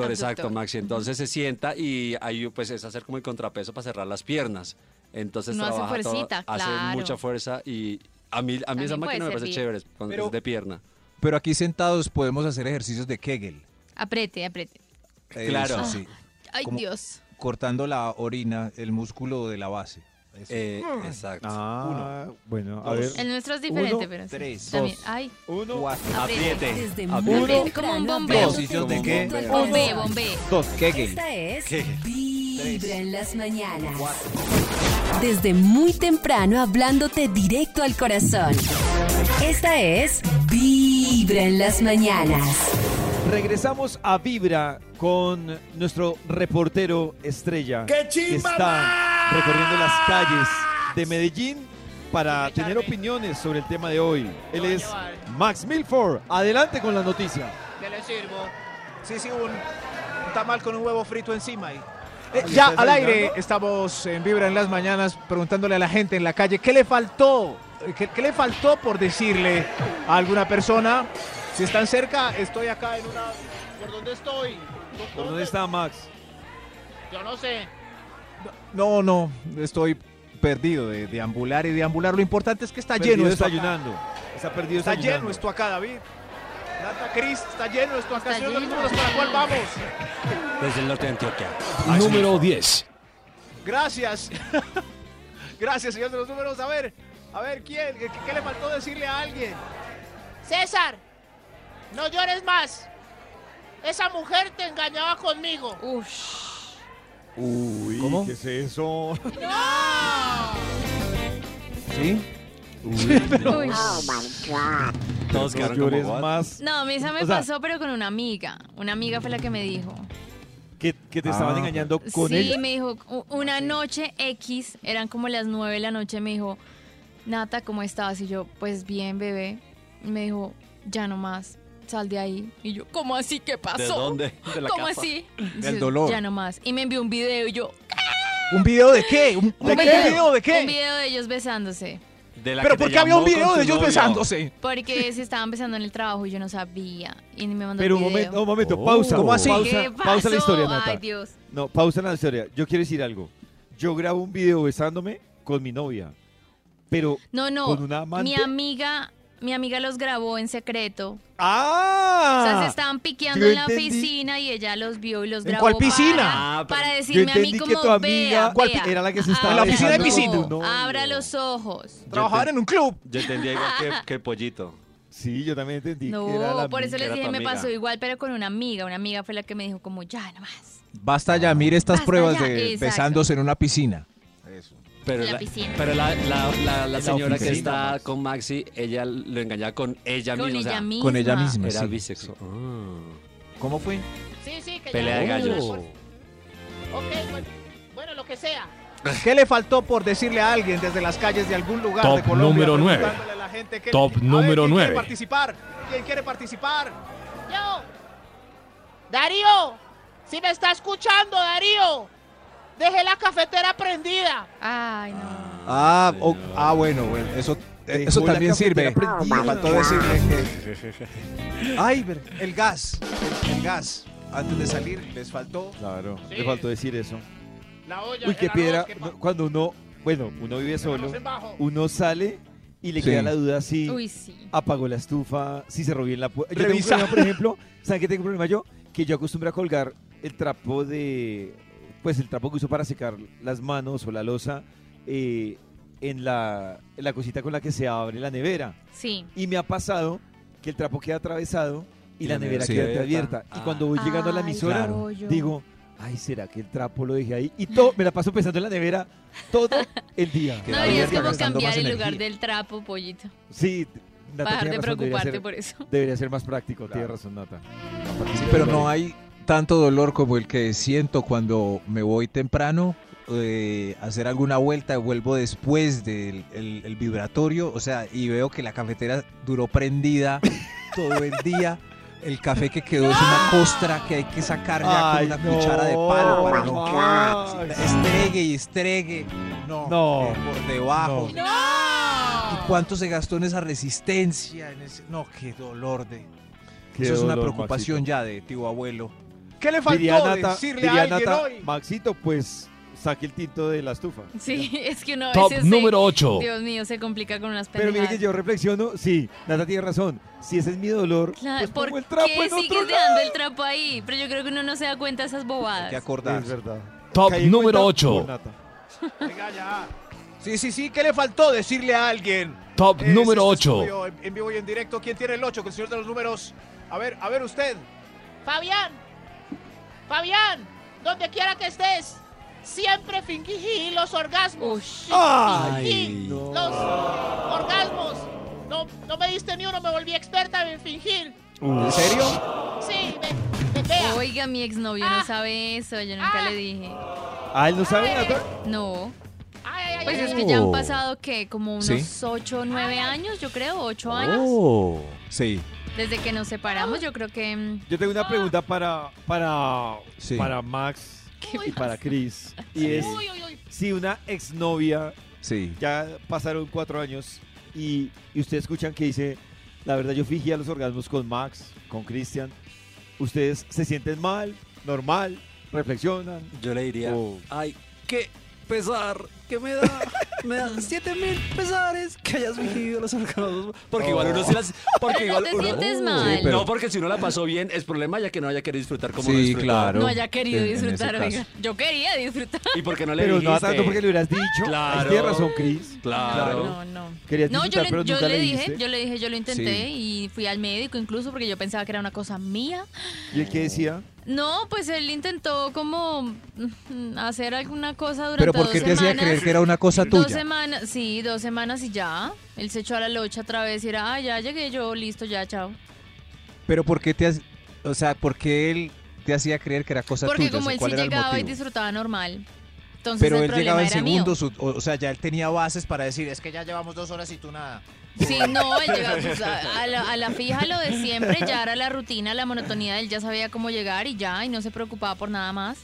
[SPEAKER 4] Abductor.
[SPEAKER 1] exacto, Maxi. Entonces se sienta y ahí pues es hacer como el contrapeso para cerrar las piernas. Entonces
[SPEAKER 4] No hace
[SPEAKER 1] trabaja todo,
[SPEAKER 4] fuercita,
[SPEAKER 1] hace
[SPEAKER 4] claro.
[SPEAKER 1] mucha fuerza y a mí, a mí esa
[SPEAKER 4] También puede
[SPEAKER 1] máquina me parece
[SPEAKER 4] servir.
[SPEAKER 1] chévere, cuando
[SPEAKER 3] Pero-
[SPEAKER 1] es de pierna.
[SPEAKER 3] Pero aquí sentados podemos hacer ejercicios de Kegel.
[SPEAKER 4] Aprete, aprete.
[SPEAKER 1] Claro.
[SPEAKER 3] Eso sí.
[SPEAKER 4] Ay,
[SPEAKER 3] ¿Cómo?
[SPEAKER 4] Dios.
[SPEAKER 3] Cortando la orina, el músculo de la base. Eso.
[SPEAKER 1] Eh, exacto.
[SPEAKER 2] Ah, bueno, a
[SPEAKER 3] dos,
[SPEAKER 2] ver.
[SPEAKER 4] El nuestro es diferente,
[SPEAKER 2] Uno,
[SPEAKER 4] pero sí.
[SPEAKER 3] tres,
[SPEAKER 4] También.
[SPEAKER 2] dos.
[SPEAKER 4] Ay,
[SPEAKER 2] Uno,
[SPEAKER 3] Cuatro.
[SPEAKER 4] aprete.
[SPEAKER 7] Desde
[SPEAKER 1] Uno,
[SPEAKER 7] muy temprano,
[SPEAKER 4] como un
[SPEAKER 7] vibra
[SPEAKER 4] bombero.
[SPEAKER 3] ¿Posición de qué?
[SPEAKER 7] junto al
[SPEAKER 4] Bombe,
[SPEAKER 7] corazón.
[SPEAKER 4] bombe.
[SPEAKER 3] dos, Kegel.
[SPEAKER 7] Esta es Vibra en las mañanas. Desde muy temprano hablándote directo al corazón. Esta es Vibra en las mañanas.
[SPEAKER 2] Regresamos a Vibra con nuestro reportero estrella que está recorriendo las calles de Medellín para tener opiniones sobre el tema de hoy. Él es Max Milford. Adelante con la noticia.
[SPEAKER 5] ¿Qué le sirvo? Sí, sí, un tamal con un huevo frito encima. Y...
[SPEAKER 3] Eh, ya al aire estamos en Vibra en las mañanas preguntándole a la gente en la calle qué le faltó, Eh, qué, qué le faltó por decirle a alguna persona. Si están cerca, estoy acá en una.
[SPEAKER 5] ¿Por dónde estoy?
[SPEAKER 2] ¿Por dónde está Max?
[SPEAKER 5] Yo no sé.
[SPEAKER 3] No, no, estoy perdido de deambular y deambular. Lo importante es que está
[SPEAKER 2] Perdido
[SPEAKER 3] lleno esto acá.
[SPEAKER 2] desayunando. Está perdido
[SPEAKER 3] Está lleno
[SPEAKER 2] desayunando.
[SPEAKER 3] esto acá, David. Nata Cris, está lleno esto acá.
[SPEAKER 4] Está
[SPEAKER 3] Señor
[SPEAKER 4] lleno.
[SPEAKER 3] Domingos, ¿para cuál vamos?
[SPEAKER 1] Desde el norte de Antioquia.
[SPEAKER 2] Ah,
[SPEAKER 10] Número 10.
[SPEAKER 3] Gracias. Gracias, señor de los números. A ver, a ver, ¿quién? ¿Qué, qué le faltó decirle a alguien?
[SPEAKER 5] César, no llores más. Esa mujer te engañaba conmigo.
[SPEAKER 4] Ush.
[SPEAKER 2] Uy, ¿qué es eso?
[SPEAKER 3] ¿Sí?
[SPEAKER 4] Uy.
[SPEAKER 1] Oh, Todos
[SPEAKER 2] No
[SPEAKER 1] quedaron
[SPEAKER 2] llores
[SPEAKER 1] como, "What?".
[SPEAKER 2] más.
[SPEAKER 4] No, mi esa me
[SPEAKER 2] O sea-
[SPEAKER 4] pasó, pero con una amiga. Una amiga fue la que me dijo.
[SPEAKER 2] Que, que te estaban
[SPEAKER 3] Ah.
[SPEAKER 2] engañando con
[SPEAKER 4] sí,
[SPEAKER 2] ella.
[SPEAKER 4] me dijo, u- una noche X, eran como las 9 de la noche, me dijo, Nata, ¿cómo estás? Y yo, pues bien, bebé. Y me dijo, ya no más, sal de ahí. Y yo, ¿cómo así? ¿Qué pasó?
[SPEAKER 1] ¿De dónde? De la
[SPEAKER 4] ¿Cómo
[SPEAKER 1] casa.
[SPEAKER 4] así?
[SPEAKER 3] Del
[SPEAKER 4] Yo,
[SPEAKER 3] dolor.
[SPEAKER 4] Ya no más. Y me envió un video y yo,
[SPEAKER 3] ¿Un video de qué? ¿Un,
[SPEAKER 4] ¿Un
[SPEAKER 3] de
[SPEAKER 4] video?
[SPEAKER 3] qué video de
[SPEAKER 4] un
[SPEAKER 3] qué?
[SPEAKER 4] video de ellos besándose.
[SPEAKER 1] De la
[SPEAKER 3] ¿Pero
[SPEAKER 1] que te
[SPEAKER 3] por qué había
[SPEAKER 1] llamó
[SPEAKER 3] un video
[SPEAKER 1] con tu
[SPEAKER 3] de ellos
[SPEAKER 1] novio.
[SPEAKER 3] besándose?
[SPEAKER 4] Porque se estaban besando en el trabajo y yo no sabía. Y me mandó
[SPEAKER 2] Pero
[SPEAKER 4] el
[SPEAKER 2] un
[SPEAKER 4] video.
[SPEAKER 2] momento, un momento,
[SPEAKER 1] Oh.
[SPEAKER 2] pausa.
[SPEAKER 3] ¿Cómo así?
[SPEAKER 2] Pausa,
[SPEAKER 4] ¿Qué
[SPEAKER 2] pausa la
[SPEAKER 4] pasó?
[SPEAKER 2] historia, Nata.
[SPEAKER 4] Ay, Dios.
[SPEAKER 2] No, pausa la historia. Yo quiero decir algo. Yo grabo un video besándome con mi novia, pero
[SPEAKER 4] No, no.
[SPEAKER 2] con una amante.
[SPEAKER 4] Mi amiga, mi amiga los grabó en secreto.
[SPEAKER 2] ¡Ah!
[SPEAKER 4] O sea, se estaban piqueando
[SPEAKER 2] yo
[SPEAKER 4] en la
[SPEAKER 2] entendí.
[SPEAKER 4] oficina y ella los vio y los
[SPEAKER 3] ¿En
[SPEAKER 4] grabó.
[SPEAKER 3] cuál piscina?
[SPEAKER 4] Para,
[SPEAKER 1] Ah, pero-
[SPEAKER 4] para
[SPEAKER 2] Yo
[SPEAKER 4] decirme a mí
[SPEAKER 2] entendí que
[SPEAKER 4] como
[SPEAKER 2] tu amiga
[SPEAKER 4] vea,
[SPEAKER 2] ¿Cuál
[SPEAKER 4] vea,
[SPEAKER 2] pi- era la que se estaba
[SPEAKER 4] abra
[SPEAKER 3] En la oficina de
[SPEAKER 4] los
[SPEAKER 3] piscina.
[SPEAKER 4] ojos,
[SPEAKER 2] No, no.
[SPEAKER 4] Abra los ojos.
[SPEAKER 3] Trabajar en un club.
[SPEAKER 1] Yo entendía igual que, que el pollito.
[SPEAKER 2] Sí, yo también entendí que era la
[SPEAKER 4] No, por eso
[SPEAKER 2] amiga.
[SPEAKER 4] les
[SPEAKER 1] era tu
[SPEAKER 4] dije, me
[SPEAKER 1] amiga.
[SPEAKER 4] pasó igual, pero con una amiga. Una amiga fue la que me dijo como, ya, nomás.
[SPEAKER 3] Basta ya, mire estas
[SPEAKER 4] Basta
[SPEAKER 3] pruebas
[SPEAKER 4] ya,
[SPEAKER 3] de
[SPEAKER 4] exacto.
[SPEAKER 3] besándose en una piscina.
[SPEAKER 1] Pero
[SPEAKER 4] La piscina.
[SPEAKER 1] Pero la, la- la- la
[SPEAKER 3] La
[SPEAKER 1] señora que
[SPEAKER 3] oficina,
[SPEAKER 1] está
[SPEAKER 3] Max.
[SPEAKER 1] con Maxi, ella lo engañaba con ella
[SPEAKER 4] Con
[SPEAKER 1] misma. o sea,
[SPEAKER 4] ella misma.
[SPEAKER 3] con ella misma.
[SPEAKER 1] Era
[SPEAKER 3] sí.
[SPEAKER 1] bisexual.
[SPEAKER 3] ¿Cómo fue?
[SPEAKER 5] Sí, sí, que
[SPEAKER 1] Pelea de
[SPEAKER 5] ya.
[SPEAKER 1] gallos.
[SPEAKER 5] Ok, bueno, bueno, lo que sea.
[SPEAKER 3] ¿Qué le faltó por decirle a alguien desde las calles de algún lugar
[SPEAKER 10] Top
[SPEAKER 3] de Colombia?
[SPEAKER 10] número nueve.
[SPEAKER 3] preguntándole a la gente que-
[SPEAKER 10] Top
[SPEAKER 3] a ver,
[SPEAKER 10] número
[SPEAKER 3] ¿quién
[SPEAKER 10] nueve.
[SPEAKER 3] Quiere participar? ¿Quién quiere participar?
[SPEAKER 5] Yo. Darío, si me está escuchando, Darío, deje la cafetera prendida.
[SPEAKER 4] Ay, no.
[SPEAKER 3] Ah, o- ah, bueno, bueno, eso, eh, eso
[SPEAKER 2] Dejó la
[SPEAKER 3] también sirve.
[SPEAKER 2] cafetera prendida.
[SPEAKER 3] Me faltó decirle que- Ay, ver- el gas, el, el gas. Antes de salir les faltó.
[SPEAKER 2] Claro,
[SPEAKER 5] Sí.
[SPEAKER 2] le faltó decir eso.
[SPEAKER 5] La olla.
[SPEAKER 2] Uy, qué
[SPEAKER 5] el arroz,
[SPEAKER 2] piedra.
[SPEAKER 5] que pa-
[SPEAKER 2] no, Cuando uno, bueno, uno vive solo,
[SPEAKER 5] arroz en bajo.
[SPEAKER 2] uno sale y le
[SPEAKER 3] Sí.
[SPEAKER 2] queda la duda si
[SPEAKER 4] Uy, sí.
[SPEAKER 2] apagó la estufa, si cerró bien la puerta. Yo tengo un
[SPEAKER 3] Revisa.
[SPEAKER 2] problema, por ejemplo, ¿saben qué tengo un problema yo? Que yo acostumbro a colgar el trapo de, pues el trapo que uso para secar las manos o la losa eh, en, la, en la cosita con la que se abre la nevera.
[SPEAKER 4] Sí.
[SPEAKER 2] Y me ha pasado que el trapo queda atravesado y la nevera
[SPEAKER 3] sí.
[SPEAKER 2] queda abierta.
[SPEAKER 1] Ah.
[SPEAKER 2] Y cuando voy llegando a la
[SPEAKER 4] Ay,
[SPEAKER 2] emisora,
[SPEAKER 4] claro. yo.
[SPEAKER 2] digo, ay, ¿será que el trapo lo dejé ahí? Y todo, me la paso pensando en la nevera todo el día.
[SPEAKER 4] No deberías como cambiar el lugar del trapo, pollito.
[SPEAKER 2] Sí, Nata,
[SPEAKER 4] Para dejar de
[SPEAKER 2] tiene razón, debería,
[SPEAKER 4] preocuparte
[SPEAKER 2] ser,
[SPEAKER 4] por eso.
[SPEAKER 2] debería ser más práctico, tiene razón, Nata.
[SPEAKER 3] Sí, pero no hay tanto dolor como el que siento cuando me voy temprano eh, a hacer alguna vuelta, vuelvo después del el- el vibratorio, o sea, y veo que la cafetera duró prendida todo el día. El café que quedó es una costra que hay que sacar ya
[SPEAKER 2] Ay,
[SPEAKER 3] con una
[SPEAKER 2] no,
[SPEAKER 3] cuchara de palo para
[SPEAKER 2] Max.
[SPEAKER 3] no que estregue y estregue. No,
[SPEAKER 2] No.
[SPEAKER 3] eh, por debajo.
[SPEAKER 2] No.
[SPEAKER 3] Y ¿Cuánto se gastó en esa resistencia? En ese... No, qué dolor de...
[SPEAKER 2] Qué
[SPEAKER 3] Eso es una
[SPEAKER 2] dolor,
[SPEAKER 3] preocupación
[SPEAKER 2] Maxito.
[SPEAKER 3] ya de tío abuelo. ¿Qué le faltó
[SPEAKER 2] Diría Nata-
[SPEAKER 3] decirle
[SPEAKER 2] diría
[SPEAKER 3] a alguien
[SPEAKER 2] Nata,
[SPEAKER 3] hoy?
[SPEAKER 2] Maxito, pues saque el tinto de la estufa.
[SPEAKER 4] Sí, es que uno a
[SPEAKER 10] Top
[SPEAKER 4] veces se-
[SPEAKER 10] número 8.
[SPEAKER 4] Dios mío, se complica con unas
[SPEAKER 2] Pero
[SPEAKER 4] pendejadas.
[SPEAKER 2] mire que yo reflexiono, sí, Nata tiene razón. Si ese es mi dolor,
[SPEAKER 4] Claro,
[SPEAKER 2] pues
[SPEAKER 4] ¿Por
[SPEAKER 2] pongo el trapo
[SPEAKER 4] qué
[SPEAKER 2] en otro
[SPEAKER 4] sigues
[SPEAKER 2] lado.
[SPEAKER 4] dejando el trapo ahí? Pero yo creo que uno no se da cuenta de esas bobadas.
[SPEAKER 3] ¿Te acordás?
[SPEAKER 2] Es verdad.
[SPEAKER 10] Top
[SPEAKER 2] Caí en
[SPEAKER 10] número
[SPEAKER 2] cuenta
[SPEAKER 10] 8.
[SPEAKER 2] por Nata.
[SPEAKER 3] Oiga, ya. Sí, sí, sí, ¿qué le faltó decirle a alguien?
[SPEAKER 10] Top
[SPEAKER 3] Eh,
[SPEAKER 10] número
[SPEAKER 3] es
[SPEAKER 10] 8.
[SPEAKER 3] estudio, En, en vivo y en directo, ¿quién tiene el 8? Que el señor de los números. A ver, a ver usted.
[SPEAKER 5] Fabián, Fabián, donde quiera que estés, siempre fingí los orgasmos.
[SPEAKER 4] Ush.
[SPEAKER 5] Fingí
[SPEAKER 1] Ay,
[SPEAKER 5] los orgasmos. No, no me diste ni uno, me volví experta en fingir.
[SPEAKER 2] ¿En serio?
[SPEAKER 5] Sí, me, me vea.
[SPEAKER 4] Oiga, mi exnovio
[SPEAKER 5] Ah.
[SPEAKER 4] no sabe eso, yo nunca
[SPEAKER 5] Ah.
[SPEAKER 4] le dije.
[SPEAKER 2] Ah, él no sabe Nata.
[SPEAKER 4] No.
[SPEAKER 5] Ay, ay, ay,
[SPEAKER 4] Pues es
[SPEAKER 5] ay.
[SPEAKER 4] que ya han pasado, ¿qué? Como unos
[SPEAKER 3] Oh. Sí.
[SPEAKER 4] ocho, nueve años, yo creo, ocho años.
[SPEAKER 1] Oh.
[SPEAKER 3] Sí,
[SPEAKER 4] Desde que nos
[SPEAKER 5] Ah.
[SPEAKER 4] separamos, yo creo que... mm,
[SPEAKER 2] Yo tengo una pregunta para, para,
[SPEAKER 3] Sí.
[SPEAKER 2] para Max y para Chris. Y es
[SPEAKER 5] Uy, uy, uy.
[SPEAKER 2] si una exnovia,
[SPEAKER 3] sí.
[SPEAKER 2] ya pasaron cuatro años y, y ustedes escuchan que dice, la verdad yo fingía los orgasmos con Max, con Christian. ¿Ustedes se sienten mal, normal, reflexionan?
[SPEAKER 1] Yo le diría,
[SPEAKER 2] Oh.
[SPEAKER 1] ay, qué pesar, que me da, me da siete mil pesares que hayas vivido los orgasmos.
[SPEAKER 2] Oh.
[SPEAKER 1] Porque igual uno se las, porque
[SPEAKER 4] Pero no
[SPEAKER 1] igual
[SPEAKER 4] te
[SPEAKER 1] uno-
[SPEAKER 4] sientes
[SPEAKER 1] Sí,
[SPEAKER 4] mal.
[SPEAKER 1] pero- No, porque si uno la pasó bien, es problema ya que no haya querido disfrutar como
[SPEAKER 3] Sí,
[SPEAKER 1] lo disfrutó.
[SPEAKER 3] claro.
[SPEAKER 4] No haya querido
[SPEAKER 3] en- en ese
[SPEAKER 4] disfrutar,
[SPEAKER 3] caso.
[SPEAKER 4] oiga. Yo quería disfrutar.
[SPEAKER 1] Y porque no le
[SPEAKER 2] Pero no
[SPEAKER 1] dijiste.
[SPEAKER 2] tanto porque le hubieras dicho.
[SPEAKER 1] Claro.
[SPEAKER 2] Ahí Tienes razón, Chris.
[SPEAKER 1] Claro.
[SPEAKER 4] No, no, no.
[SPEAKER 2] Querías
[SPEAKER 4] No, yo
[SPEAKER 2] disfrutar, pero
[SPEAKER 4] le, yo
[SPEAKER 2] nunca
[SPEAKER 4] le
[SPEAKER 2] le
[SPEAKER 4] dije,
[SPEAKER 2] dijiste.
[SPEAKER 4] yo le dije, yo lo intenté y fui al médico incluso porque yo pensaba que era una cosa mía.
[SPEAKER 2] ¿Y el que decía?
[SPEAKER 4] No, pues él intentó como mm, hacer alguna cosa durante
[SPEAKER 3] Pero ¿por qué
[SPEAKER 4] dos
[SPEAKER 3] te hacía
[SPEAKER 4] semanas.
[SPEAKER 3] creer que era una cosa
[SPEAKER 4] Dos
[SPEAKER 3] tuya?
[SPEAKER 4] semanas, sí, dos semanas y ya. Él se echó a la locha otra vez y era, ah, ya llegué yo, listo, ya, chao.
[SPEAKER 3] Pero ¿por qué te has- o sea, por qué él te hacía creer que era cosa
[SPEAKER 4] Porque
[SPEAKER 3] tuya? O
[SPEAKER 4] como
[SPEAKER 3] sea,
[SPEAKER 4] él sí
[SPEAKER 3] ¿cuál era el
[SPEAKER 4] llegaba y
[SPEAKER 3] motivo?
[SPEAKER 4] disfrutaba normal. Entonces
[SPEAKER 3] Pero
[SPEAKER 4] el
[SPEAKER 3] él
[SPEAKER 4] problema
[SPEAKER 3] llegaba en
[SPEAKER 4] era
[SPEAKER 3] segundos, o, o sea, ya él tenía bases para decir, es
[SPEAKER 5] Es que ya llevamos dos horas y tú nada.
[SPEAKER 4] mío. Sí, no, él llegaba pues, a, a la, a la fija, lo de siempre, ya era la rutina, la monotonía, él ya sabía cómo llegar y ya, y no se preocupaba por nada más.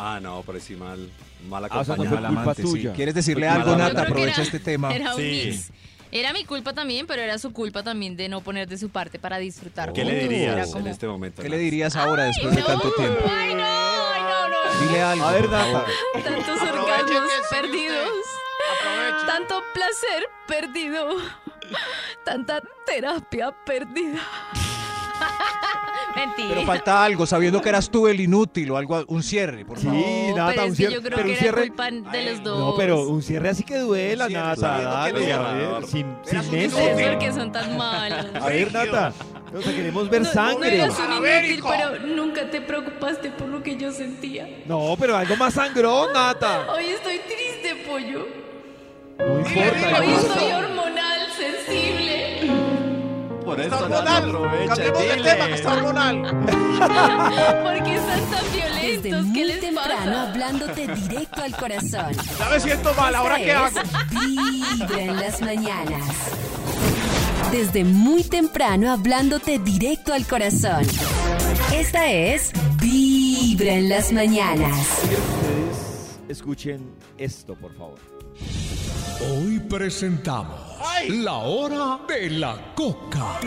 [SPEAKER 1] Ah, no, pero sí mal, mal
[SPEAKER 2] Ah, o sea, no
[SPEAKER 1] acompañado.
[SPEAKER 2] fue culpa
[SPEAKER 3] amante, sí.
[SPEAKER 2] tuya.
[SPEAKER 3] ¿Quieres decirle
[SPEAKER 1] Fue
[SPEAKER 3] algo,
[SPEAKER 1] culpa
[SPEAKER 3] Nata?
[SPEAKER 1] tuya.
[SPEAKER 3] Aprovecha
[SPEAKER 4] Yo creo que
[SPEAKER 3] este tema.
[SPEAKER 4] Era un
[SPEAKER 1] Sí.
[SPEAKER 4] mix. Era mi culpa también, pero era su culpa también de no poner de su parte para disfrutar.
[SPEAKER 1] ¿Qué le
[SPEAKER 4] juntos. Era
[SPEAKER 1] dirías
[SPEAKER 4] como-
[SPEAKER 1] en este momento?
[SPEAKER 3] Oh. ¿Qué le dirías ahora después de
[SPEAKER 4] No,
[SPEAKER 3] tanto tiempo?
[SPEAKER 4] Ay, no, ay, no, no.
[SPEAKER 3] Dile algo.
[SPEAKER 2] A ver,
[SPEAKER 3] por favor.
[SPEAKER 2] Nata.
[SPEAKER 4] Tantos
[SPEAKER 5] Aprovechen
[SPEAKER 4] orgasmos
[SPEAKER 5] que sigue
[SPEAKER 4] perdidos.
[SPEAKER 5] Aproveche.
[SPEAKER 4] Tanto placer perdido. Tanta terapia perdida. Mentira.
[SPEAKER 3] Pero falta algo, sabiendo que eras tú el inútil o algo, un cierre, por favor.
[SPEAKER 2] Sí,
[SPEAKER 4] No,
[SPEAKER 2] Nata,
[SPEAKER 4] pero
[SPEAKER 2] un
[SPEAKER 4] es que
[SPEAKER 2] cierre.
[SPEAKER 4] yo creo
[SPEAKER 2] pero
[SPEAKER 4] que
[SPEAKER 2] un
[SPEAKER 4] era
[SPEAKER 2] cierre.
[SPEAKER 4] culpa de los dos.
[SPEAKER 2] No, pero un cierre así que duela,
[SPEAKER 3] Un cierre,
[SPEAKER 2] Nata.
[SPEAKER 3] sabiendo que
[SPEAKER 2] Dale,
[SPEAKER 3] no
[SPEAKER 2] a
[SPEAKER 3] era.
[SPEAKER 2] ver. Sin,
[SPEAKER 3] Eras
[SPEAKER 2] sin
[SPEAKER 3] un
[SPEAKER 2] eso.
[SPEAKER 4] Ustedes porque son tan malos.
[SPEAKER 2] A ver, Nata. O sea, queremos ver
[SPEAKER 4] No-
[SPEAKER 2] sangre.
[SPEAKER 4] No, eras un
[SPEAKER 5] A ver,
[SPEAKER 4] inútil,
[SPEAKER 5] hijo.
[SPEAKER 4] pero nunca te preocupaste por lo que yo sentía.
[SPEAKER 2] No, pero algo más sangrón, Nata.
[SPEAKER 4] Hoy estoy triste, pollo.
[SPEAKER 2] No importa.
[SPEAKER 4] Hoy
[SPEAKER 2] yo-
[SPEAKER 4] estoy hormonal, sensible.
[SPEAKER 1] Por
[SPEAKER 3] Está
[SPEAKER 1] eso, Nata,
[SPEAKER 3] hormonal.
[SPEAKER 1] aprovecha,
[SPEAKER 3] Cambiemos de tema, que
[SPEAKER 1] dile.
[SPEAKER 3] está hormonal.
[SPEAKER 4] Porque están tan
[SPEAKER 7] Desde
[SPEAKER 4] violentos? ¿Qué
[SPEAKER 7] muy
[SPEAKER 4] les
[SPEAKER 7] temprano
[SPEAKER 4] pasa?
[SPEAKER 7] hablándote directo al corazón.
[SPEAKER 3] Ya me siento mal, ¿ahora qué hago?
[SPEAKER 7] Esta es Vibra en las mañanas. Desde muy temprano hablándote directo al corazón. Esta es Vibra en las mañanas.
[SPEAKER 2] Ustedes escuchen esto, por favor.
[SPEAKER 10] Hoy presentamos la hora de la coca.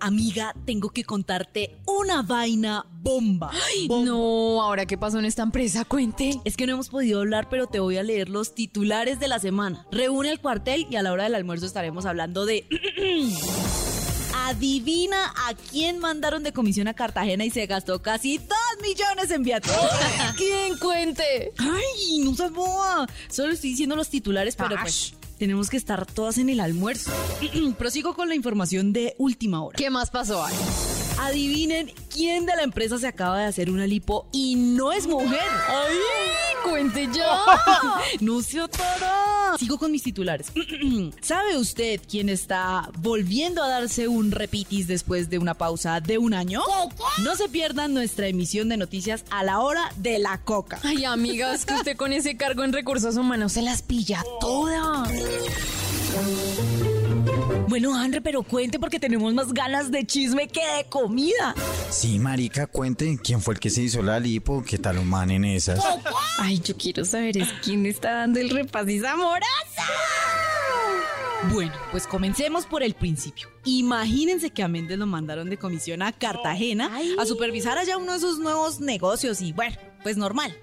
[SPEAKER 11] Amiga, tengo que contarte una vaina bomba.
[SPEAKER 4] No, ahora qué pasó en esta empresa, cuente.
[SPEAKER 11] Es que no hemos podido hablar, pero te voy a leer los titulares de la semana. Reúne el cuartel y a la hora del almuerzo estaremos hablando de... Adivina a quién mandaron de comisión a Cartagena y se gastó casi 2 millones en viáticos.
[SPEAKER 4] ¿Quién cuente?
[SPEAKER 11] ¡Ay, no seas boba! Solo estoy diciendo los titulares, pero pues tenemos que estar todas en el almuerzo. Prosigo con la información de última hora.
[SPEAKER 4] ¿Qué más pasó? Ay,
[SPEAKER 11] Adivinen quién de la empresa se acaba de hacer una lipo y no es mujer.
[SPEAKER 4] cuente ya.
[SPEAKER 11] ¡No se atoró! Sigo con mis titulares. ¿Sabe usted quién está volviendo a darse un repitis después de una pausa de un año? No se pierdan nuestra emisión de noticias a la hora de la coca.
[SPEAKER 4] Ay, amigas, que usted con ese cargo en recursos humanos se las pilla todas.
[SPEAKER 11] Bueno, Andre, pero cuente porque tenemos más ganas de chisme que de comida.
[SPEAKER 12] Sí, marica, cuenten quién fue el que se hizo la lipo, qué tal un man en esas. Ay, yo quiero saber es quién está dando el repasis amoroso.
[SPEAKER 11] Bueno, pues comencemos por el principio. Imagínense que a Méndez lo mandaron de comisión a Cartagena a supervisar allá uno de esos nuevos negocios y bueno, pues normal.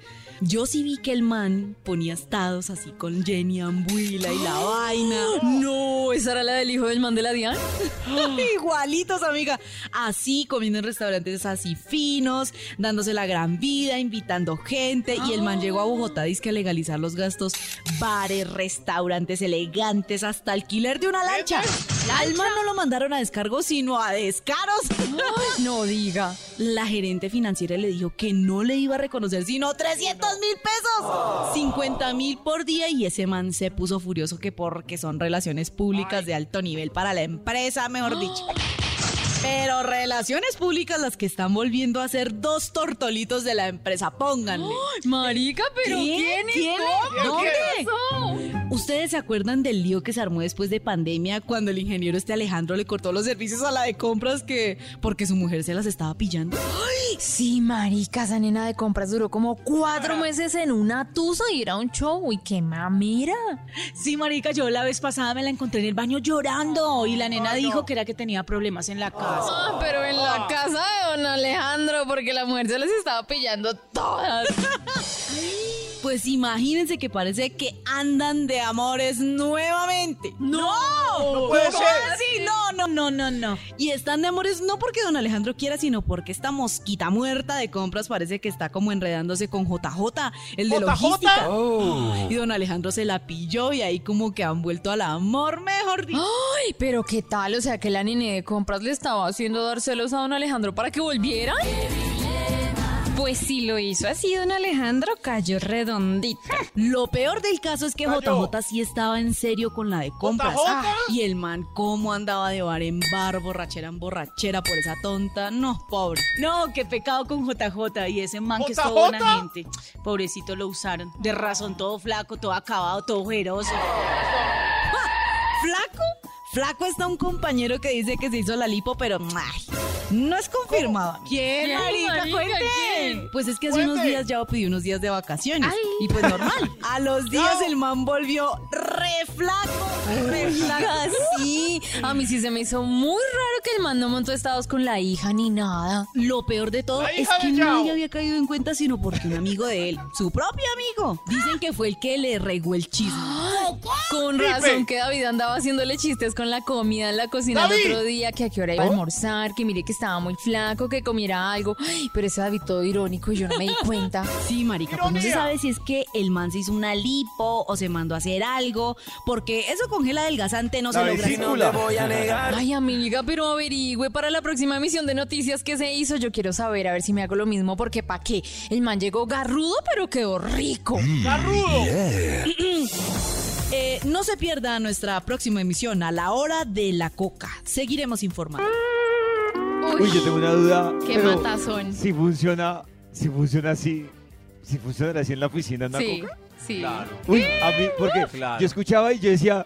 [SPEAKER 11] Yo sí vi que el man ponía estados así con Jenny Ambuila y la vaina.
[SPEAKER 12] No, esa era la del hijo del man de la Diana.
[SPEAKER 11] Igualitos, amiga. Así, comiendo en restaurantes así finos, dándose la gran vida, invitando gente. Y el man llegó a Bogotá, dice que a legalizar los gastos. Bares, restaurantes elegantes, hasta alquiler de una lancha. Al man no lo mandaron a descargo, sino a descaros. no diga. La gerente financiera le dijo que no le iba a reconocer sino 300 mil pesos. 50 mil por día y ese man se puso furioso que porque son relaciones públicas de alto nivel para la empresa, mejor dicho. Pero relaciones públicas las que están volviendo a ser dos tortolitos de la empresa, pónganle.
[SPEAKER 12] Marica, pero ¿quién es? ¿Cómo?
[SPEAKER 11] ¿Dónde?
[SPEAKER 12] ¿Qué
[SPEAKER 11] ¿Ustedes se acuerdan del lío que se armó después de pandemia cuando el ingeniero este Alejandro le cortó los servicios a la de compras que porque su mujer se las estaba pillando?
[SPEAKER 12] Ay, sí, marica, esa nena de compras duró como cuatro meses en una tusa y era un show. Y qué mamera.
[SPEAKER 11] Sí, marica, yo la vez pasada me la encontré en el baño llorando y la nena dijo que era que tenía problemas en la casa.
[SPEAKER 12] Ah, pero en la casa de don Alejandro, porque la mujer se las estaba pillando todas.
[SPEAKER 11] Pues imagínense que parece que andan de amores nuevamente. ¡No!
[SPEAKER 12] ¡No puede
[SPEAKER 11] ¿Cómo
[SPEAKER 12] ser!
[SPEAKER 11] así? No, no, no, no, no. Y están de amores no porque don Alejandro quiera, sino porque esta mosquita muerta de compras parece que está como enredándose con JJ, el de
[SPEAKER 12] ¿JJ?
[SPEAKER 11] logística.
[SPEAKER 12] Oh.
[SPEAKER 11] Y don Alejandro se la pilló y ahí como que han vuelto al amor, mejor dicho.
[SPEAKER 12] Ay, pero qué tal, o sea que la nene de compras le estaba haciendo dar celos a don Alejandro para que volvieran.
[SPEAKER 11] Pues si lo hizo así, don Alejandro cayó redondito. Lo peor del caso es que JJ sí estaba en serio con la de compras.
[SPEAKER 12] ¿JJ?
[SPEAKER 11] Ah, y el man, cómo andaba de bar en bar, borrachera en borrachera por esa tonta. No, pobre. No, qué pecado con JJ y ese man que es toda
[SPEAKER 13] ¿JJ?
[SPEAKER 11] buena gente. Pobrecito lo usaron. De razón, todo flaco, todo acabado, todo ojeroso. ¿Flaco? Flaco está un compañero que dice que se hizo la lipo, pero ay, no es confirmado. ¿Quién,
[SPEAKER 12] ¿Quién, marica?
[SPEAKER 11] Cuente.
[SPEAKER 12] ¿Quién?
[SPEAKER 11] Pues es que hace
[SPEAKER 12] Cuente.
[SPEAKER 11] unos días ya pedí unos días de vacaciones. Y pues normal. A los días el man volvió re flaco. Re flaco.
[SPEAKER 12] Oiga, sí. A mí sí se me hizo muy raro que el man no montó estados con la hija ni nada.
[SPEAKER 11] Lo peor de todo es que nadie había caído en cuenta sino porque un amigo de él, su propio amigo, dicen que fue el que le regó el chisme.
[SPEAKER 12] Con
[SPEAKER 11] Dime.
[SPEAKER 12] razón que David andaba haciéndole chistes con la comida en la cocina el
[SPEAKER 11] ¡David!
[SPEAKER 12] otro día, que a qué hora iba a
[SPEAKER 11] ¿Oh?
[SPEAKER 12] almorzar, que mire que estaba muy flaco, que comiera algo. Ay, pero ese David todo irónico y yo no me di cuenta.
[SPEAKER 11] Sí, marica, pues no se sabe si es que el man se hizo una lipo o se mandó a hacer algo, porque eso con gel adelgazante no
[SPEAKER 12] La
[SPEAKER 11] se logra.
[SPEAKER 12] vesícula. Ay, amiga, pero averigüe para la próxima emisión de noticias que se hizo. Yo quiero saber, a ver si me hago lo mismo, porque ¿pa' qué? El man llegó garrudo, pero quedó rico.
[SPEAKER 11] Mm. ¡Garrudo! Eh, no se pierda nuestra próxima emisión a la hora de la coca. Seguiremos informando.
[SPEAKER 2] Uy, yo tengo una duda.
[SPEAKER 11] Qué
[SPEAKER 2] pero
[SPEAKER 11] matazón.
[SPEAKER 2] Si funciona, si funciona así, si funciona así en la oficina, ¿no?
[SPEAKER 12] Sí, sí.
[SPEAKER 2] Uy, a mí, porque
[SPEAKER 12] Claro.
[SPEAKER 2] yo escuchaba y yo decía,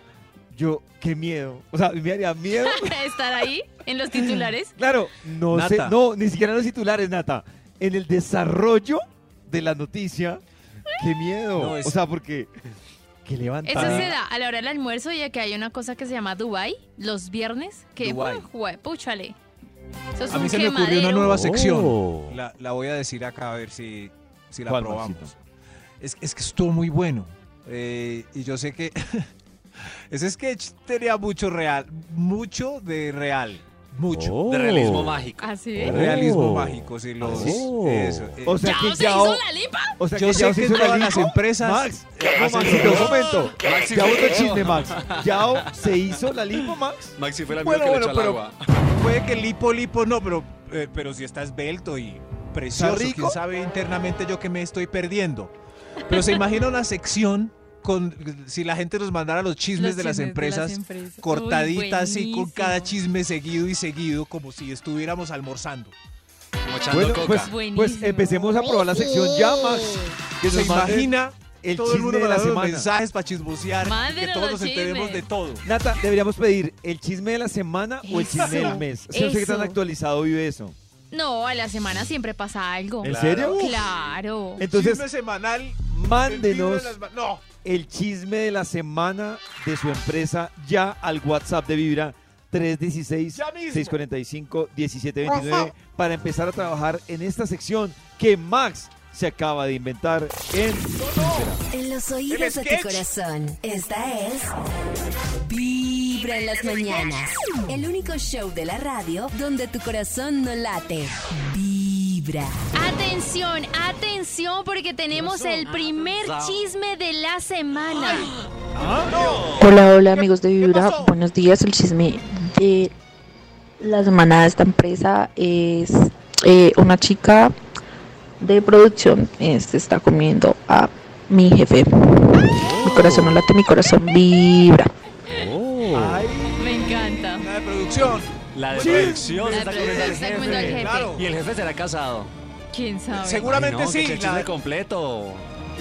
[SPEAKER 2] yo, qué miedo. O sea, me haría miedo.
[SPEAKER 12] Estar ahí en los titulares.
[SPEAKER 2] Claro, no
[SPEAKER 3] Nata.
[SPEAKER 2] sé, no, ni siquiera en los titulares, Nata. En el desarrollo de la noticia, qué miedo.
[SPEAKER 3] No, es-
[SPEAKER 2] O sea, porque que
[SPEAKER 4] Eso
[SPEAKER 2] levantada.
[SPEAKER 4] se da a la hora del almuerzo, ya que hay una cosa que se llama Dubai los viernes, que
[SPEAKER 3] Dubái.
[SPEAKER 4] jue- púchale. Eso es
[SPEAKER 3] A mí
[SPEAKER 4] un
[SPEAKER 3] se me ocurrió una
[SPEAKER 4] quemadero.
[SPEAKER 3] nueva sección.
[SPEAKER 2] Oh.
[SPEAKER 3] La, la voy a decir acá a ver si, si la
[SPEAKER 2] ¿Cuál,
[SPEAKER 3] probamos. Es, es que estuvo muy bueno. Eh, y yo sé que ese sketch tenía mucho real, mucho de real, mucho.
[SPEAKER 2] Oh.
[SPEAKER 1] De realismo mágico.
[SPEAKER 4] Así
[SPEAKER 3] De Realismo
[SPEAKER 1] Oh.
[SPEAKER 3] mágico, sí, los...
[SPEAKER 1] ¿Ah, sí?
[SPEAKER 3] eso, eh.
[SPEAKER 2] O sea ¿Ya que se ya hizo o-
[SPEAKER 4] la lipa?
[SPEAKER 2] O sea,
[SPEAKER 3] yo
[SPEAKER 2] que ya
[SPEAKER 3] sé
[SPEAKER 2] se
[SPEAKER 3] que
[SPEAKER 2] hizo la
[SPEAKER 3] todas
[SPEAKER 2] lipo.
[SPEAKER 3] las empresas... Eh,
[SPEAKER 2] Max,
[SPEAKER 3] ¿Qué?
[SPEAKER 2] no, Maxito, un
[SPEAKER 3] ¿Qué?
[SPEAKER 2] momento.
[SPEAKER 3] Maxi,
[SPEAKER 2] ya otro
[SPEAKER 3] ¿qué?
[SPEAKER 2] chisme, Max. ¿Ya se hizo la lipo, Max?
[SPEAKER 1] Maxi fue el amigo
[SPEAKER 3] Bueno,
[SPEAKER 1] que
[SPEAKER 3] bueno,
[SPEAKER 1] le echó al
[SPEAKER 3] pero
[SPEAKER 1] agua.
[SPEAKER 3] puede que lipo, lipo no, pero, eh, pero si está esbelto y precioso,
[SPEAKER 2] ¿Está rico?
[SPEAKER 3] quién sabe internamente yo que me estoy perdiendo. Pero se imagina una sección con si la gente nos mandara los chismes,
[SPEAKER 12] Los
[SPEAKER 3] de,
[SPEAKER 12] chismes
[SPEAKER 3] las
[SPEAKER 12] de las
[SPEAKER 3] empresas,
[SPEAKER 12] empresas.
[SPEAKER 3] cortaditas
[SPEAKER 12] Uy,
[SPEAKER 3] así con cada chisme seguido y seguido como si estuviéramos almorzando.
[SPEAKER 2] Bueno, pues, pues empecemos a probar la sección ya, Max. Que
[SPEAKER 3] se
[SPEAKER 2] nos manden
[SPEAKER 3] imagina
[SPEAKER 2] el
[SPEAKER 3] todo el
[SPEAKER 2] chisme
[SPEAKER 3] mundo
[SPEAKER 2] de la
[SPEAKER 3] mandando
[SPEAKER 2] semana.
[SPEAKER 3] mensajes para chismosear y que
[SPEAKER 12] Mándenos
[SPEAKER 3] todos
[SPEAKER 12] los
[SPEAKER 3] nos enteremos de
[SPEAKER 12] chismes.
[SPEAKER 3] todo.
[SPEAKER 2] Nata, deberíamos pedir el chisme de la semana o el chisme
[SPEAKER 4] Eso.
[SPEAKER 2] del mes. O sea, no sé qué tan
[SPEAKER 4] Eso.
[SPEAKER 2] actualizado vive eso.
[SPEAKER 4] No, a la semana siempre pasa algo.
[SPEAKER 2] ¿En serio?
[SPEAKER 4] Claro.
[SPEAKER 2] Entonces-
[SPEAKER 3] Chisme semanal
[SPEAKER 2] Mándenos
[SPEAKER 3] El vibra en las ma- no.
[SPEAKER 2] el chisme de la semana de su empresa ya al WhatsApp de Vibra 316-645-1729 para empezar a trabajar en esta sección que Max se acaba de inventar en Vibra.
[SPEAKER 7] En los oídos de tu corazón, esta es Vibra en las mañanas. El único show de la radio donde tu corazón no late. Vibra.
[SPEAKER 13] Atención, atención, porque tenemos el primer chisme de la semana.
[SPEAKER 14] Hola, hola amigos de Vibra, buenos días. El chisme de la semana de esta empresa es eh, una chica de producción eh, se está comiendo a mi jefe. Mi corazón no late, mi corazón vibra.
[SPEAKER 2] Oh.
[SPEAKER 12] Me encanta.
[SPEAKER 3] La de producción.
[SPEAKER 1] La de
[SPEAKER 12] Sí.
[SPEAKER 1] producción
[SPEAKER 12] La
[SPEAKER 1] está
[SPEAKER 12] de
[SPEAKER 1] con el
[SPEAKER 12] producción está
[SPEAKER 1] jefe.
[SPEAKER 12] comiendo al jefe. Claro.
[SPEAKER 1] Y el jefe será casado.
[SPEAKER 12] ¿Quién sabe?
[SPEAKER 1] Ay, no, que es el chisme completo.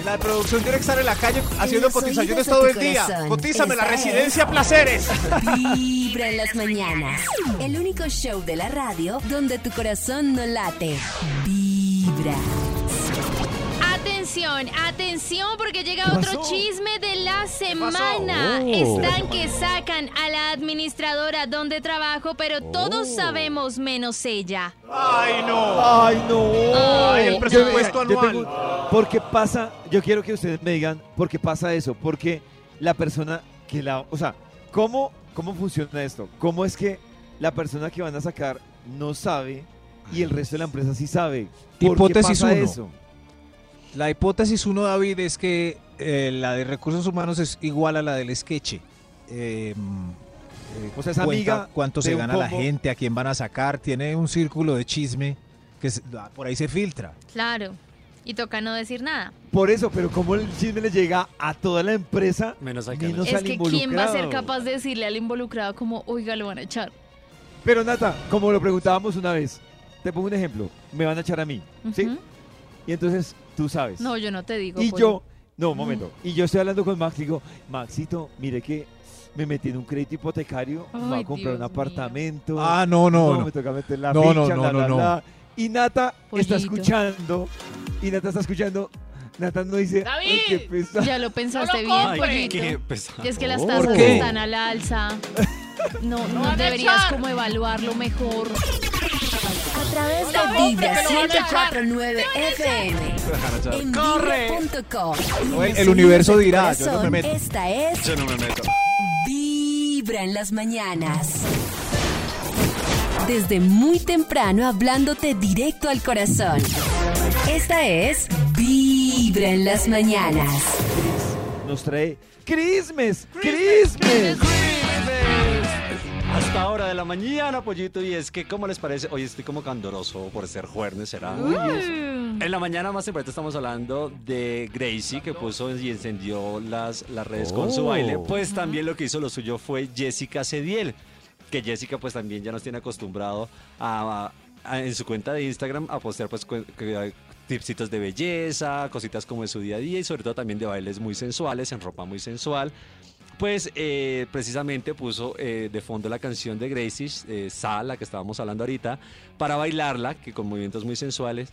[SPEAKER 3] La producción tiene que estar en la calle haciendo
[SPEAKER 1] los oídos
[SPEAKER 3] cotizaciones
[SPEAKER 1] de
[SPEAKER 3] todo
[SPEAKER 1] tu
[SPEAKER 3] el día.
[SPEAKER 1] corazón.
[SPEAKER 3] Cotízame la
[SPEAKER 7] Esa es.
[SPEAKER 3] residencia placeres.
[SPEAKER 7] Vibra en las mañanas. El único show de la radio donde tu corazón no late. Vibra.
[SPEAKER 13] Atención, atención, porque llega otro chisme de la semana.
[SPEAKER 7] Oh.
[SPEAKER 13] Están que sacan a la administradora donde trabajo, pero todos sabemos menos ella.
[SPEAKER 3] Oh. ¡Ay, no!
[SPEAKER 2] Ay, no.
[SPEAKER 3] Ay, el
[SPEAKER 2] Yo-
[SPEAKER 3] presupuesto
[SPEAKER 2] yo
[SPEAKER 3] anual.
[SPEAKER 2] tengo- porque pasa, yo quiero que ustedes me digan por qué pasa eso, porque la persona que la, o sea, ¿cómo cómo funciona esto? ¿Cómo es que la persona que van a sacar no sabe y el resto de la empresa sí sabe? ¿Por qué
[SPEAKER 3] Hipótesis
[SPEAKER 2] pasa
[SPEAKER 3] uno.
[SPEAKER 2] eso?
[SPEAKER 3] La hipótesis uno, David, es que eh, la de recursos humanos es igual a la del sketch. Eh,
[SPEAKER 2] O sea, es amiga
[SPEAKER 3] cuánto
[SPEAKER 2] de
[SPEAKER 3] se
[SPEAKER 2] un
[SPEAKER 3] gana la
[SPEAKER 2] combo.
[SPEAKER 3] gente, a quién van a sacar, tiene un círculo de chisme que se- ah, por ahí se filtra.
[SPEAKER 13] Claro. Y toca no decir nada.
[SPEAKER 2] Por eso, pero cómo el chisme le llega a toda la empresa,
[SPEAKER 1] menos
[SPEAKER 2] al
[SPEAKER 13] es que quién va a ser capaz de decirle al involucrado como, oiga, lo van a echar.
[SPEAKER 2] Pero Nata, como lo preguntábamos una vez, te pongo un ejemplo, me van a echar a mí, ¿sí?
[SPEAKER 13] Ujú.
[SPEAKER 2] Y entonces tú sabes.
[SPEAKER 13] No, yo no te digo.
[SPEAKER 2] Pues
[SPEAKER 13] pues.
[SPEAKER 2] Y
[SPEAKER 13] pollo.
[SPEAKER 2] yo, no, un momento. Y yo estoy hablando con Max y digo, Maxito, mire que me metí en un crédito hipotecario, me voy
[SPEAKER 13] Ay,
[SPEAKER 2] a comprar
[SPEAKER 13] Dios
[SPEAKER 2] un apartamento.
[SPEAKER 3] Ah, no, no, no.
[SPEAKER 2] Me toca meter la
[SPEAKER 3] No, no,
[SPEAKER 2] ficha,
[SPEAKER 3] no,
[SPEAKER 2] la,
[SPEAKER 3] no,
[SPEAKER 2] la,
[SPEAKER 3] no.
[SPEAKER 2] la. Y Nata
[SPEAKER 13] Pollito.
[SPEAKER 2] está escuchando. Y Nata está escuchando. Nata no dice. "Ay, qué pesar".
[SPEAKER 13] Ya lo pensaste
[SPEAKER 1] lo
[SPEAKER 13] bien,
[SPEAKER 1] compre. Ay,
[SPEAKER 13] pollito.
[SPEAKER 1] qué pesado.
[SPEAKER 13] Y es que las
[SPEAKER 1] ¿Por
[SPEAKER 13] tasas
[SPEAKER 1] qué?
[SPEAKER 13] están a la alza. No,
[SPEAKER 7] van
[SPEAKER 13] no
[SPEAKER 7] a
[SPEAKER 13] deberías
[SPEAKER 7] echar.
[SPEAKER 13] como evaluarlo mejor.
[SPEAKER 7] A través
[SPEAKER 13] No,
[SPEAKER 7] de
[SPEAKER 13] hombre,
[SPEAKER 7] Vibra
[SPEAKER 13] que lo van a echar.
[SPEAKER 7] 104.9 FM. En
[SPEAKER 13] Corre.
[SPEAKER 7] vibra.com.
[SPEAKER 3] No, el-
[SPEAKER 7] Y en los
[SPEAKER 3] el universo
[SPEAKER 7] oídos de tu
[SPEAKER 3] dirá, yo no
[SPEAKER 7] corazón,
[SPEAKER 3] me meto.
[SPEAKER 7] Esta es
[SPEAKER 1] Yo no me meto.
[SPEAKER 7] Vibra en las mañanas. Desde muy temprano hablándote directo al corazón. Esta es Vibra en las mañanas.
[SPEAKER 2] Nos trae. ¡Crismes! ¡Crismes!
[SPEAKER 1] Hasta ahora de la mañana, pollito. Y es que, ¿cómo les parece? Hoy estoy como candoroso por ser jueves, ¿será?
[SPEAKER 13] Uy.
[SPEAKER 1] En la mañana más temprano estamos hablando de Gracie, que puso y encendió las, las redes con su
[SPEAKER 15] Oh.
[SPEAKER 1] baile. Pues también lo que hizo lo suyo fue Jessica Cediel, que Jessica pues también ya nos tiene acostumbrado a, a- en su cuenta de Instagram a postear pues cuen- que- tipsitos de belleza, cositas como de su día a día y sobre todo también de bailes muy sensuales, en ropa muy sensual. Pues eh, precisamente puso eh, de fondo la canción de Gracie, eh, Sa, la que estábamos hablando ahorita, para bailarla, que con movimientos muy sensuales,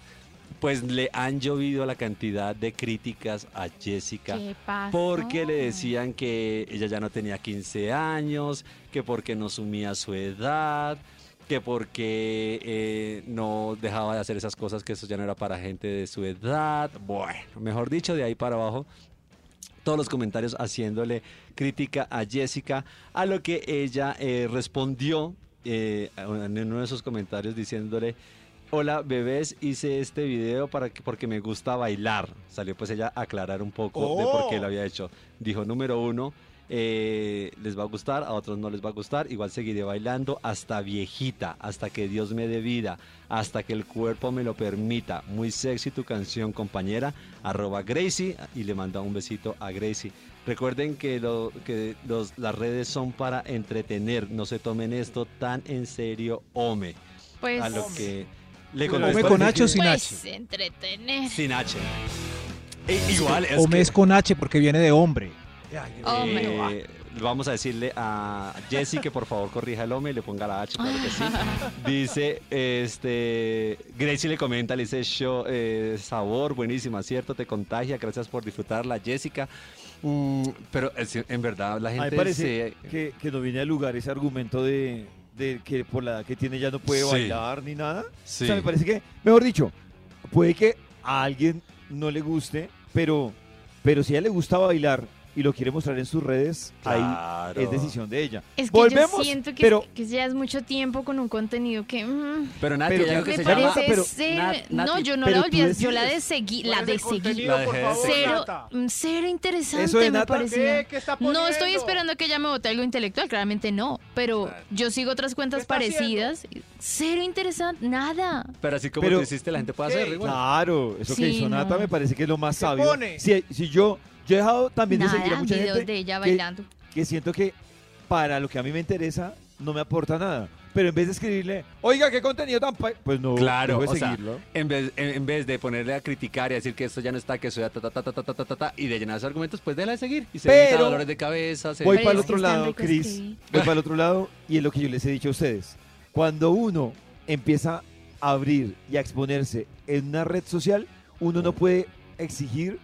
[SPEAKER 1] pues le han llovido la cantidad de críticas a Jessica.
[SPEAKER 13] ¿Qué pasó?
[SPEAKER 1] Porque le decían que ella ya no tenía 15 años, que porque no sumía su edad, que porque eh, no dejaba de hacer esas cosas, que eso ya no era para gente de su edad. Bueno, mejor dicho, de ahí para abajo, todos los comentarios haciéndole crítica a Jessica, a lo que ella eh, respondió eh, en uno de sus comentarios diciéndole, hola bebés, hice este video para que, porque me gusta bailar. Salió pues ella a aclarar un poco de por qué lo había hecho. Dijo, número uno, eh, les va a gustar, a otros no les va a gustar, igual seguiré bailando hasta viejita, hasta que Dios me dé vida, hasta que el cuerpo me lo permita. Muy sexy tu canción, compañera, arroba Gracie, y le manda un besito a Gracie. Recuerden que, lo, que los- las redes son para entretener, no se tomen esto tan en serio, home.
[SPEAKER 13] Pues-
[SPEAKER 1] a lo que le
[SPEAKER 3] Pero
[SPEAKER 1] contestó
[SPEAKER 3] ¿home con
[SPEAKER 1] el
[SPEAKER 3] H o sin
[SPEAKER 1] que-
[SPEAKER 13] Pues entretener.
[SPEAKER 1] Sin H. E- igual es
[SPEAKER 3] o mes
[SPEAKER 1] que-
[SPEAKER 3] con H porque viene de hombre.
[SPEAKER 1] eh, Vamos a decirle a Jessy que por favor corrija el hombre y le ponga la H, claro que sí. Dice, este, Gracie le comenta, le dice, "Sho- eh, sabor, buenísima, ¿cierto? Te contagia, gracias por disfrutarla, Jessica. Mm, pero es- en verdad la
[SPEAKER 2] A mí
[SPEAKER 1] gente eh,
[SPEAKER 2] me parece
[SPEAKER 1] se-
[SPEAKER 2] que, que no viene al lugar ese argumento de, de que por la edad que tiene ya no puede
[SPEAKER 1] Sí.
[SPEAKER 2] bailar ni nada.
[SPEAKER 1] Sí.
[SPEAKER 2] O sea, me parece que, mejor dicho, puede que a alguien no le guste, pero, pero si a ella le gusta bailar y lo quiere mostrar en sus redes,
[SPEAKER 1] Claro.
[SPEAKER 2] ahí es decisión de ella.
[SPEAKER 13] Es que yo siento que,
[SPEAKER 2] pero
[SPEAKER 13] que ya es mucho tiempo con un contenido que... mm,
[SPEAKER 1] Pero Nati,
[SPEAKER 2] Pero
[SPEAKER 1] hay algo
[SPEAKER 13] me
[SPEAKER 1] que se
[SPEAKER 13] parece
[SPEAKER 1] llama... pero-
[SPEAKER 13] ser-
[SPEAKER 1] Nat-
[SPEAKER 13] no,
[SPEAKER 1] Nati,
[SPEAKER 13] yo no
[SPEAKER 1] pero
[SPEAKER 13] la
[SPEAKER 1] tú
[SPEAKER 13] olvidé, yo la
[SPEAKER 1] decides.
[SPEAKER 13] deseguí, la
[SPEAKER 5] ¿Cuál es el
[SPEAKER 13] deseguí.
[SPEAKER 5] contenido, por favor,
[SPEAKER 13] cero,
[SPEAKER 5] Nata?
[SPEAKER 13] mm, cero interesante
[SPEAKER 5] Eso de
[SPEAKER 13] me
[SPEAKER 5] Nata.
[SPEAKER 13] parecía.
[SPEAKER 5] ¿Qué? ¿Qué está
[SPEAKER 13] no estoy
[SPEAKER 5] poniendo?
[SPEAKER 13] esperando que ella me vote algo intelectual, claramente no, pero yo sigo otras cuentas parecidas. Cero interesante, nada.
[SPEAKER 1] Pero así como
[SPEAKER 2] Pero-
[SPEAKER 1] tú hiciste, la gente puede hacer igual.
[SPEAKER 2] Claro, eso que
[SPEAKER 13] Sí,
[SPEAKER 2] hizo Nata
[SPEAKER 13] no.
[SPEAKER 2] me parece que es lo más sabio.
[SPEAKER 13] pone?
[SPEAKER 2] Si, si yo, yo he dejado también de seguir a
[SPEAKER 13] Nada,
[SPEAKER 2] mucha
[SPEAKER 13] videos
[SPEAKER 2] gente
[SPEAKER 13] de ella
[SPEAKER 2] que-
[SPEAKER 13] bailando.
[SPEAKER 2] que siento que para lo que a mí me interesa no me aporta nada. Pero en vez de escribirle, oiga, qué contenido tan... pa-", Pues no,
[SPEAKER 1] Claro,
[SPEAKER 2] dejo de
[SPEAKER 1] o sea,
[SPEAKER 2] seguirlo.
[SPEAKER 1] en, vez, en, en vez de ponerle a criticar y a decir que esto ya no está, que eso ya ta, ta, ta, ta, ta, ta, ta, ta, ta, y de llenar esos argumentos, pues déjala de seguir. Y se
[SPEAKER 2] Pero-
[SPEAKER 1] evita dolores de cabeza. se
[SPEAKER 2] Voy
[SPEAKER 1] evita-
[SPEAKER 2] para el otro lado, Cris. Voy para el otro lado y es lo que yo les he dicho a ustedes. Cuando uno empieza a abrir y a exponerse en una red social, uno no puede exigir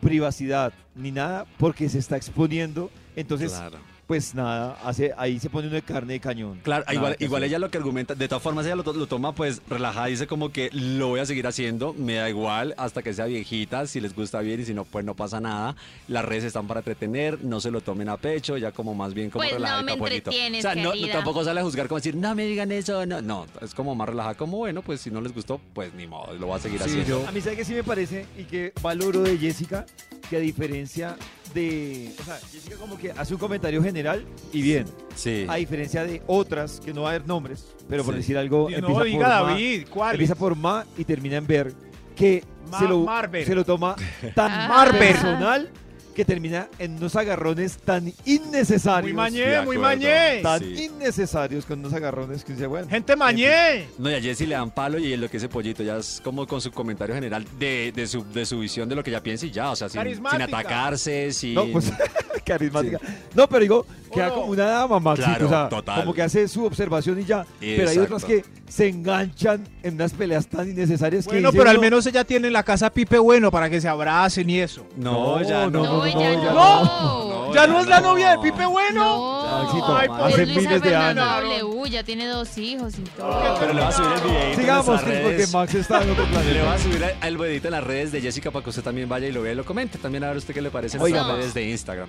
[SPEAKER 2] privacidad ni nada porque se está exponiendo. Entonces,
[SPEAKER 1] Claro.
[SPEAKER 2] pues nada, hace, ahí se pone uno de carne de cañón.
[SPEAKER 1] Claro,
[SPEAKER 2] Nada
[SPEAKER 1] igual,
[SPEAKER 2] que
[SPEAKER 1] igual
[SPEAKER 2] hacer.
[SPEAKER 1] ella lo que argumenta, de todas formas ella lo, to- lo toma pues relajada, dice como que lo voy a seguir haciendo, me da igual hasta que sea viejita, si les gusta bien y si no, pues no pasa nada. Las redes están para entretener, no se lo tomen a pecho, ya como más bien como
[SPEAKER 13] Pues no
[SPEAKER 1] relajadita,
[SPEAKER 13] me
[SPEAKER 1] pueblito.
[SPEAKER 13] entretienes,
[SPEAKER 1] O sea, no- no,
[SPEAKER 13] querida.
[SPEAKER 1] tampoco sale a juzgar como decir, no me digan eso, no, no, es como más relajada, como bueno, pues si no les gustó, pues ni modo, lo voy a seguir
[SPEAKER 2] Sí,
[SPEAKER 1] haciendo.
[SPEAKER 2] yo- A mí, ¿sabe que sí me parece? Y que valoro de Jessica, que a diferencia de. O sea, Jessica como que hace un comentario general y bien.
[SPEAKER 1] Sí.
[SPEAKER 2] A diferencia de otras, que no va a haber nombres, pero por
[SPEAKER 1] Sí.
[SPEAKER 2] decir algo.
[SPEAKER 1] No
[SPEAKER 2] empieza
[SPEAKER 1] diga,
[SPEAKER 2] por ma,
[SPEAKER 1] David, ¿cuáles?
[SPEAKER 2] Empieza por ma y termina en ver. Que
[SPEAKER 1] Ma-
[SPEAKER 2] se, lo,
[SPEAKER 1] Marvel.
[SPEAKER 2] se lo toma tan
[SPEAKER 1] Marvel.
[SPEAKER 2] personal que termina en unos agarrones tan innecesarios.
[SPEAKER 1] Muy mañé, De muy acuerdo. mañé.
[SPEAKER 2] Tan
[SPEAKER 1] Sí.
[SPEAKER 2] innecesarios con unos agarrones que dice, bueno.
[SPEAKER 3] ¡Gente mañé!
[SPEAKER 1] No, y a Jessy le dan palo y es lo que dice Pollito, ya es como con su comentario general de, de su, de su visión de lo que ya piensa y ya, o sea, sin, sin
[SPEAKER 2] Carismática.
[SPEAKER 1] atacarse, sin...
[SPEAKER 2] No, pues, carismática. No, pero digo, queda como una dama, Maxito.
[SPEAKER 1] Claro,
[SPEAKER 2] o sea,
[SPEAKER 1] total.
[SPEAKER 2] como que hace su observación y ya. Pero hay
[SPEAKER 3] Exacto.
[SPEAKER 2] otras que se enganchan en unas peleas tan innecesarias que.
[SPEAKER 3] Bueno,
[SPEAKER 2] dice
[SPEAKER 3] pero al
[SPEAKER 2] uno,
[SPEAKER 3] menos ella tiene la casa Pipe bueno para que se abracen y eso.
[SPEAKER 1] No, ya no.
[SPEAKER 2] no, no,
[SPEAKER 3] ya
[SPEAKER 2] no, ya
[SPEAKER 3] no.
[SPEAKER 1] No,
[SPEAKER 3] ¿Ya
[SPEAKER 1] ya
[SPEAKER 3] no es la
[SPEAKER 1] no.
[SPEAKER 3] novia de Pipe bueno?
[SPEAKER 2] Maxito,
[SPEAKER 3] Ay,
[SPEAKER 2] hace
[SPEAKER 3] pobre
[SPEAKER 2] miles de
[SPEAKER 13] Fernando
[SPEAKER 2] años.
[SPEAKER 13] W ya tiene dos hijos y todo.
[SPEAKER 1] Pero le va a subir el videito.
[SPEAKER 2] Sigamos,
[SPEAKER 1] en
[SPEAKER 2] Cris,
[SPEAKER 1] las
[SPEAKER 2] porque
[SPEAKER 1] redes.
[SPEAKER 2] Max está en otro planeta.
[SPEAKER 1] Le va a subir el videito en las redes de Jessica para que usted también vaya y lo vea y lo comente. También a ver usted qué le parece en
[SPEAKER 2] Oiga,
[SPEAKER 1] las
[SPEAKER 2] Max.
[SPEAKER 1] redes de Instagram.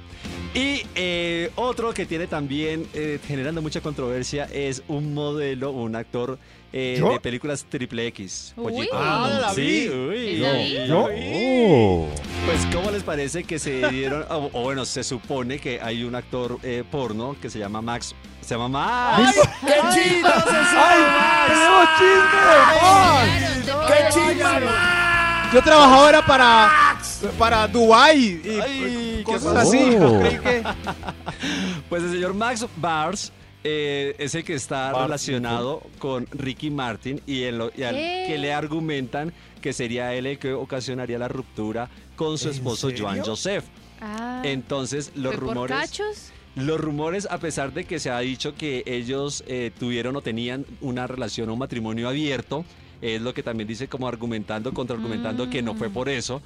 [SPEAKER 1] Y eh, otro que tiene también eh, generando mucha controversia es un modelo, un actor eh,
[SPEAKER 2] ¿Yo?
[SPEAKER 1] de películas triple X.
[SPEAKER 13] Uy.
[SPEAKER 1] Pollito.
[SPEAKER 13] Ah, la vi.
[SPEAKER 1] Sí, uy.
[SPEAKER 13] ¿Es David?
[SPEAKER 2] ¿Yo?
[SPEAKER 1] Pues, ¿cómo les parece que se dieron, o, o bueno, se supone que hay un actor eh, porno que se llama Max, se llama Max.
[SPEAKER 10] ¡Qué chisme!
[SPEAKER 1] ¡Ay,
[SPEAKER 10] ¡Ay,
[SPEAKER 3] chisme!
[SPEAKER 10] ¡Qué chisme!
[SPEAKER 3] Yo trabajaba era para, para Dubai y cosas
[SPEAKER 1] pasó?
[SPEAKER 3] así.
[SPEAKER 1] Oh.
[SPEAKER 3] Creí que-
[SPEAKER 1] Pues el señor Max Bars eh, es el que está relacionado con Ricky Martin y, el, y al
[SPEAKER 10] ¿Qué?
[SPEAKER 1] que le argumentan que sería él el que ocasionaría la ruptura con su esposo Joan Joseph.
[SPEAKER 13] Ah,
[SPEAKER 1] Entonces los
[SPEAKER 13] ¿fue por
[SPEAKER 1] rumores...
[SPEAKER 13] cachos?
[SPEAKER 1] Los rumores, a pesar de que se ha dicho que ellos eh, tuvieron o tenían una relación o un matrimonio abierto, es lo que también dice como argumentando, contraargumentando que no
[SPEAKER 2] Mm.
[SPEAKER 1] fue por eso.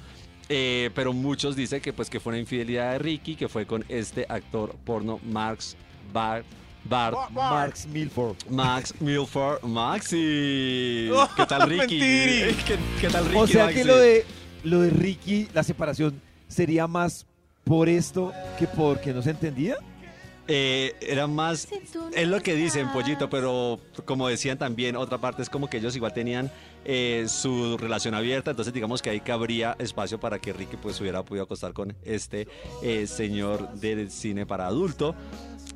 [SPEAKER 1] eh, pero muchos dicen que pues que fue una infidelidad de Ricky, que fue con este actor porno Marx Bar, Bar,
[SPEAKER 2] Max Milford.
[SPEAKER 1] Max Milford, Maxi. ¿Qué tal Ricky?
[SPEAKER 2] Mentiri.
[SPEAKER 1] ¿Qué, qué tal Ricky?
[SPEAKER 2] O sea
[SPEAKER 1] Maxi?
[SPEAKER 2] que lo de, lo de Ricky, la separación, sería más por esto que porque no se entendía.
[SPEAKER 1] Eh, era más. Es lo que dicen, pollito, pero como decían también, otra parte es como que ellos igual tenían eh, su relación abierta, entonces digamos que ahí cabría espacio para que Ricky pues hubiera podido acostar con este eh, señor del cine para adulto.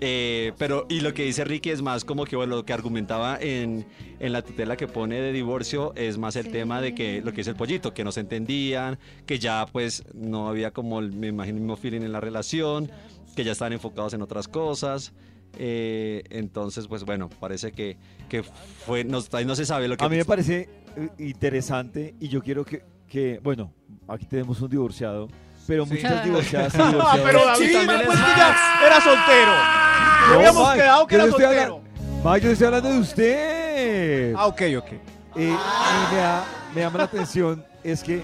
[SPEAKER 1] Eh, pero, y lo que dice Ricky es más como que bueno, lo que argumentaba en, en la tutela que pone de divorcio es más el tema de que lo que dice el pollito, que no se entendían, que ya pues no había como el, me imagino, el mismo feeling en la relación, que ya estaban enfocados en otras cosas. Eh, entonces, pues bueno, parece que, que fue, no, ahí no se sabe lo que
[SPEAKER 2] A mí
[SPEAKER 3] pues
[SPEAKER 2] me parece eh, interesante y yo quiero que, que, bueno, aquí tenemos un divorciado Pero muchas divorciadas y
[SPEAKER 3] Ah,
[SPEAKER 2] divorciados.
[SPEAKER 3] pero David
[SPEAKER 2] Sí,
[SPEAKER 3] también
[SPEAKER 2] pues,
[SPEAKER 3] es
[SPEAKER 2] que
[SPEAKER 3] más. Era soltero.
[SPEAKER 2] No,
[SPEAKER 3] Ah, Habíamos
[SPEAKER 2] Mike,
[SPEAKER 3] quedado que
[SPEAKER 2] yo
[SPEAKER 3] era
[SPEAKER 2] no estoy
[SPEAKER 3] soltero.
[SPEAKER 2] hablando- Mike, yo estoy hablando de usted.
[SPEAKER 3] Ah, ok, ok.
[SPEAKER 2] Eh, y me, da- me llama la atención es que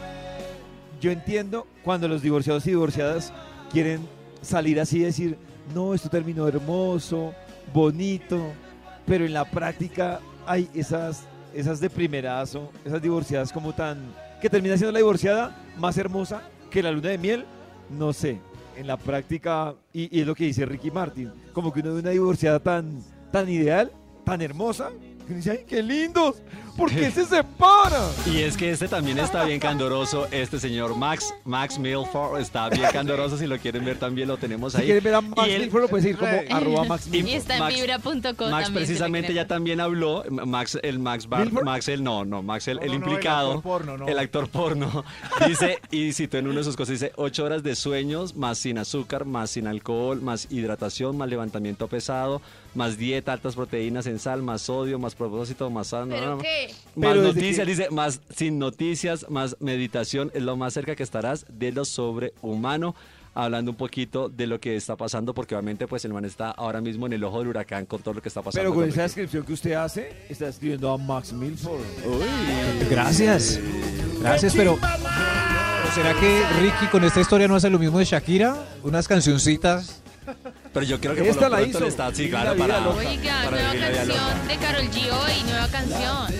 [SPEAKER 2] yo entiendo cuando los divorciados y divorciadas quieren salir así y decir, no, esto terminó hermoso, bonito, pero en la práctica hay esas, esas de primerazo, esas divorciadas como tan... que termina siendo la divorciada más hermosa que la luna de miel, no sé, en la práctica, y, y es lo que dice Ricky Martin, como que uno ve una divorciada tan, tan ideal, tan hermosa, que uno dice, ay, qué lindos, ¿por qué se separan?
[SPEAKER 1] Y es que este también está bien candoroso, este señor Max, Max Milford está bien candoroso, si lo quieren ver también lo tenemos
[SPEAKER 2] Si
[SPEAKER 1] ahí.
[SPEAKER 2] quieren ver a Max
[SPEAKER 1] Y él-
[SPEAKER 2] Milford, lo puedes seguir como arroba Max
[SPEAKER 1] Y
[SPEAKER 2] Milford.
[SPEAKER 13] Y está en
[SPEAKER 1] Max-
[SPEAKER 13] vibra.com
[SPEAKER 1] Max
[SPEAKER 13] también,
[SPEAKER 1] precisamente
[SPEAKER 13] si le
[SPEAKER 1] ya también habló, Max, el Max Bar,
[SPEAKER 2] ¿Milford?
[SPEAKER 1] Max el no, no, Max el, el
[SPEAKER 3] no, el
[SPEAKER 1] implicado,
[SPEAKER 3] actor porno, no.
[SPEAKER 1] el actor porno, dice, y citó en uno de sus cosas, dice, ocho horas de sueños, más sin azúcar, más sin alcohol, más hidratación, más levantamiento pesado, más dieta, altas proteínas en sal, más sodio, más propósito, más sal, no, no, no. Más
[SPEAKER 2] Pero desde
[SPEAKER 1] noticias,
[SPEAKER 2] que-
[SPEAKER 1] dice, más sin noticias, más meditación, es lo más cerca que estarás de lo sobrehumano. Hablando un poquito de lo que está pasando, porque obviamente pues el man está ahora mismo en el ojo del huracán con todo lo que está pasando.
[SPEAKER 2] Pero
[SPEAKER 1] con
[SPEAKER 2] con
[SPEAKER 1] el
[SPEAKER 2] esa descripción que usted hace, está escribiendo a Max Milford.
[SPEAKER 15] Gracias. Gracias, pero ¿será que Ricky con esta historia no hace lo mismo de Shakira? Unas cancioncitas.
[SPEAKER 1] Pero yo creo que por
[SPEAKER 15] Esta
[SPEAKER 1] lo
[SPEAKER 15] la
[SPEAKER 1] pronto
[SPEAKER 15] hizo.
[SPEAKER 1] le está así,
[SPEAKER 15] Vivir
[SPEAKER 1] claro,
[SPEAKER 15] la vida
[SPEAKER 1] para,
[SPEAKER 15] loca.
[SPEAKER 13] Oiga,
[SPEAKER 1] para
[SPEAKER 13] nueva
[SPEAKER 1] vivir la vida loca.
[SPEAKER 13] canción de Carol G hoy, nueva canción.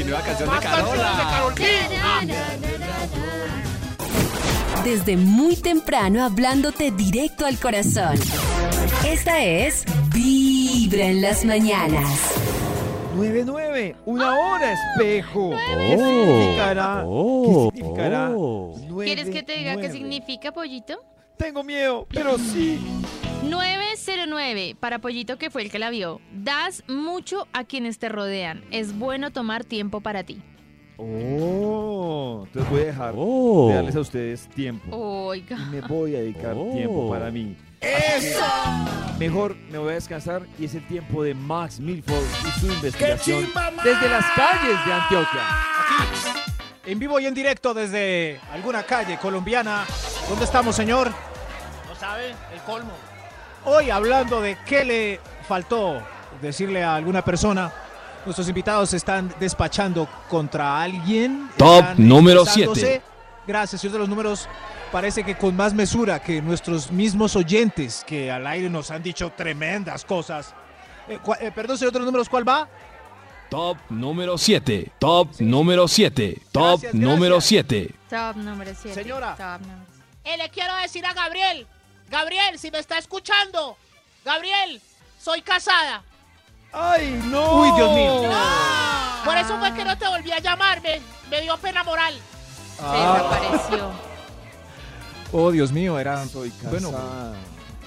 [SPEAKER 1] Y nueva canción de
[SPEAKER 13] Más
[SPEAKER 1] Carola.
[SPEAKER 2] Ah.
[SPEAKER 7] Desde muy temprano hablándote directo al corazón. Esta es Vibra en las mañanas.
[SPEAKER 2] 9-9, una hora espejo. ¿Qué
[SPEAKER 15] Oh,
[SPEAKER 2] significará?
[SPEAKER 15] oh,
[SPEAKER 2] ¿Qué significará?
[SPEAKER 15] oh.
[SPEAKER 13] ¿Quieres que te diga qué
[SPEAKER 2] 9-9?
[SPEAKER 13] significa, pollito?
[SPEAKER 2] Tengo miedo, pero sí.
[SPEAKER 13] 909, para Pollito que fue el que la vio. Das mucho a quienes te rodean. Es bueno tomar tiempo para ti.
[SPEAKER 2] Oh, entonces voy a dejar de darles a ustedes
[SPEAKER 4] Oh,
[SPEAKER 2] tiempo.
[SPEAKER 13] Oiga.
[SPEAKER 2] Y me voy a dedicar
[SPEAKER 13] Oh.
[SPEAKER 2] tiempo para mí. ¡Eso! Mejor me voy a descansar y es el tiempo de Max Milford y su investigación desde las calles de Antioquia.
[SPEAKER 3] En vivo y en directo desde alguna calle colombiana. ¿Dónde estamos, señor?
[SPEAKER 5] No sabe, el colmo.
[SPEAKER 3] Hoy hablando de qué le faltó decirle a alguna persona. Nuestros invitados están despachando contra alguien.
[SPEAKER 16] Top
[SPEAKER 3] están
[SPEAKER 16] número
[SPEAKER 3] expresándose.
[SPEAKER 16] siete.
[SPEAKER 3] Gracias, señor de los números. Parece que con más mesura que nuestros mismos oyentes que al aire nos han dicho tremendas cosas. Eh, cua- eh, perdón, señor de los números, ¿cuál va?
[SPEAKER 16] Top número 7. Top número 7. Top número 7.
[SPEAKER 13] Top número 7. Señora. Top número
[SPEAKER 5] Eh, le quiero decir a Gabriel. Gabriel, si me está escuchando. Gabriel, soy casada.
[SPEAKER 2] ¡Ay, no!
[SPEAKER 5] ¡Uy, Dios mío!
[SPEAKER 3] Ah.
[SPEAKER 5] Por eso fue que no te volví a llamar. Me, me dio pena moral.
[SPEAKER 3] Ah,
[SPEAKER 13] desapareció.
[SPEAKER 3] Oh, Dios mío, era. bueno,
[SPEAKER 2] casada.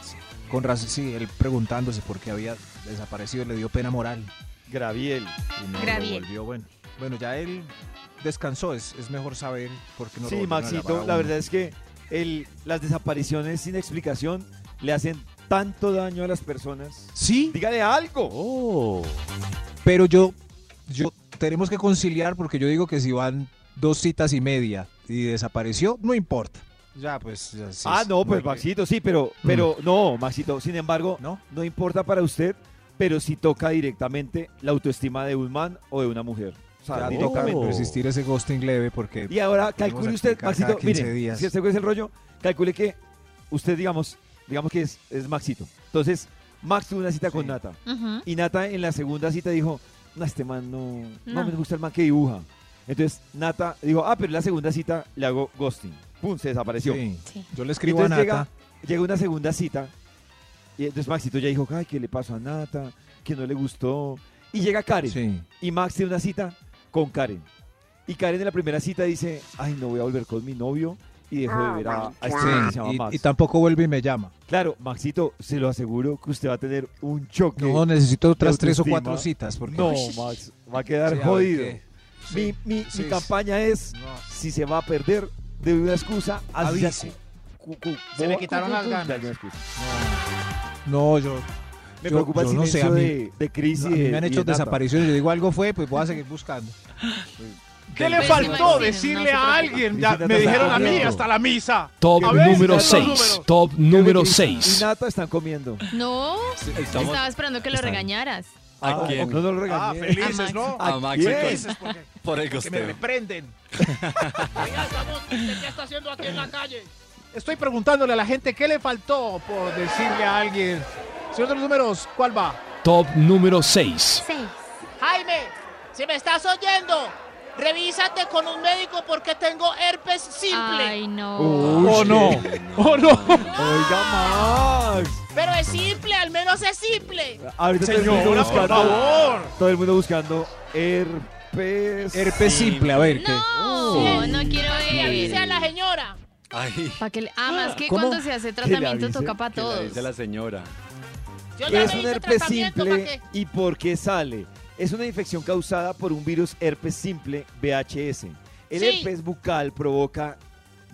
[SPEAKER 3] sí, con razón, sí, él preguntándose por qué había desaparecido, le dio pena moral.
[SPEAKER 2] Graviel.
[SPEAKER 13] Graviel.
[SPEAKER 3] volvió, bueno. Bueno, ya él descansó, es, es mejor saber por qué no
[SPEAKER 2] Sí, Maxito, la verdad es que el- las desapariciones sin explicación le hacen tanto daño a las personas.
[SPEAKER 3] Sí. Oh.
[SPEAKER 2] Dígale algo.
[SPEAKER 15] Pero yo
[SPEAKER 3] Yo, tenemos que conciliar porque yo digo que si van dos citas y media y desapareció, no importa. Ya, pues.
[SPEAKER 2] ah, no, pues Maxito, sí, pero, pero
[SPEAKER 3] Mm.
[SPEAKER 2] no, Maxito, sin embargo, ¿No? importa para usted, pero sí toca directamente la autoestima de un man o de una mujer. O sea,
[SPEAKER 3] Ya toca
[SPEAKER 2] directamente.
[SPEAKER 3] resistir ese ghosting leve porque.
[SPEAKER 2] Y ahora
[SPEAKER 3] tenemos
[SPEAKER 2] calcule
[SPEAKER 3] que
[SPEAKER 2] usted,
[SPEAKER 3] explicar cada
[SPEAKER 2] Maxito,
[SPEAKER 3] 15
[SPEAKER 2] mire,
[SPEAKER 3] días.
[SPEAKER 2] si este es el rollo, calcule que usted, digamos, digamos que es, es Maxito. Entonces, Max tuvo una cita con Nata.
[SPEAKER 10] Ujú.
[SPEAKER 2] Y Nata en la segunda cita dijo, no, este man no, no.
[SPEAKER 10] No.
[SPEAKER 2] me gusta el man que dibuja. Entonces, Nata dijo, ah, pero en la segunda cita le hago ghosting. Pum, se desapareció.
[SPEAKER 3] Sí. Sí. Yo le escribo a Nata.
[SPEAKER 2] Llega, llega una segunda cita. Y entonces Maxito ya dijo, ay, ¿qué le pasó a Nata? Que no le gustó. Y llega Karen. Y Max tiene una cita con Karen. Y Karen en la primera cita dice, ay, no voy a volver con mi novio. Y dejó de ver a, a este man que se
[SPEAKER 15] Sí,
[SPEAKER 2] llama
[SPEAKER 15] y-
[SPEAKER 2] Max.
[SPEAKER 15] y tampoco vuelve y me llama.
[SPEAKER 2] Claro, Maxito, se lo aseguro que usted va a tener un choque.
[SPEAKER 15] No, necesito
[SPEAKER 2] de
[SPEAKER 15] otras tres o
[SPEAKER 2] autoestima.
[SPEAKER 15] cuatro citas, porque-
[SPEAKER 2] No, Max, va a quedar
[SPEAKER 15] Sí, a ver
[SPEAKER 2] jodido.
[SPEAKER 15] qué.
[SPEAKER 2] Mi, mi- mi
[SPEAKER 15] sí.
[SPEAKER 2] campaña es, si se va a perder, de una excusa, así sea
[SPEAKER 15] Avise.
[SPEAKER 2] cu- cu-
[SPEAKER 5] Se
[SPEAKER 2] boba,
[SPEAKER 5] le
[SPEAKER 2] cu-
[SPEAKER 5] quitaron
[SPEAKER 2] cu-
[SPEAKER 5] las
[SPEAKER 2] cu-
[SPEAKER 5] ganas.
[SPEAKER 2] de alguna excusa.
[SPEAKER 15] No, yo.
[SPEAKER 2] Me
[SPEAKER 15] yo-
[SPEAKER 2] preocupa el
[SPEAKER 15] yo no sé,
[SPEAKER 2] silencio
[SPEAKER 15] a mí-
[SPEAKER 2] de- de Cris y
[SPEAKER 15] a mí
[SPEAKER 2] de-
[SPEAKER 15] me han
[SPEAKER 2] y
[SPEAKER 15] hecho
[SPEAKER 2] de Nata.
[SPEAKER 15] pues, desapariciones. Yo digo, algo fue, pues voy a seguir buscando.
[SPEAKER 3] ¿Qué le faltó decirle a alguien? Ya, me dijeron a mí hasta la misa.
[SPEAKER 16] Top
[SPEAKER 3] A ver,
[SPEAKER 16] número
[SPEAKER 3] los
[SPEAKER 16] 6.
[SPEAKER 3] números.
[SPEAKER 16] Top número 6.
[SPEAKER 2] Nata están comiendo.
[SPEAKER 13] No,
[SPEAKER 16] estamos-
[SPEAKER 13] estaba esperando que lo regañaras.
[SPEAKER 1] ¿A quién?
[SPEAKER 2] No, no lo regañé.
[SPEAKER 3] Ah, felices, ¿no?
[SPEAKER 1] A Maxi
[SPEAKER 2] quién?
[SPEAKER 15] Pues,
[SPEAKER 1] Felices por el
[SPEAKER 3] Que me
[SPEAKER 1] costeo.
[SPEAKER 3] reprenden.
[SPEAKER 5] ¿Qué está haciendo aquí en la calle?
[SPEAKER 3] Estoy preguntándole a la gente qué le faltó por decirle a alguien. Señor de los números, ¿cuál va?
[SPEAKER 16] Top número 6.
[SPEAKER 5] Jaime, si me estás oyendo, revísate con un médico porque tengo herpes simple.
[SPEAKER 13] Ay, no.
[SPEAKER 3] ¡Oh, no! ¡Oh, no!
[SPEAKER 2] Oiga, Max.
[SPEAKER 5] Pero es simple, al menos es simple.
[SPEAKER 2] Ahorita todo el mundo
[SPEAKER 3] Señora, por
[SPEAKER 2] buscando-
[SPEAKER 3] favor.
[SPEAKER 2] Todo el mundo buscando herpes.
[SPEAKER 15] Herpes simple, a ver. ¿qué? Oh.
[SPEAKER 13] No, no quiero
[SPEAKER 5] Dice a
[SPEAKER 13] ver.
[SPEAKER 5] la señora.
[SPEAKER 1] Ay.
[SPEAKER 13] Pa' que le- ah, más que
[SPEAKER 1] ¿Cómo?
[SPEAKER 13] cuando se hace
[SPEAKER 1] Que la
[SPEAKER 13] tratamiento
[SPEAKER 1] avise,
[SPEAKER 13] toca para
[SPEAKER 1] que la
[SPEAKER 13] todos.
[SPEAKER 1] Dice la señora.
[SPEAKER 5] Yo ya
[SPEAKER 2] ¿Qué es
[SPEAKER 5] me
[SPEAKER 2] un
[SPEAKER 5] hice
[SPEAKER 2] herpes
[SPEAKER 5] tratamiento,
[SPEAKER 2] simple y por qué sale? Es una infección causada por un virus herpes simple, VHS. El
[SPEAKER 5] Sí.
[SPEAKER 2] herpes bucal provoca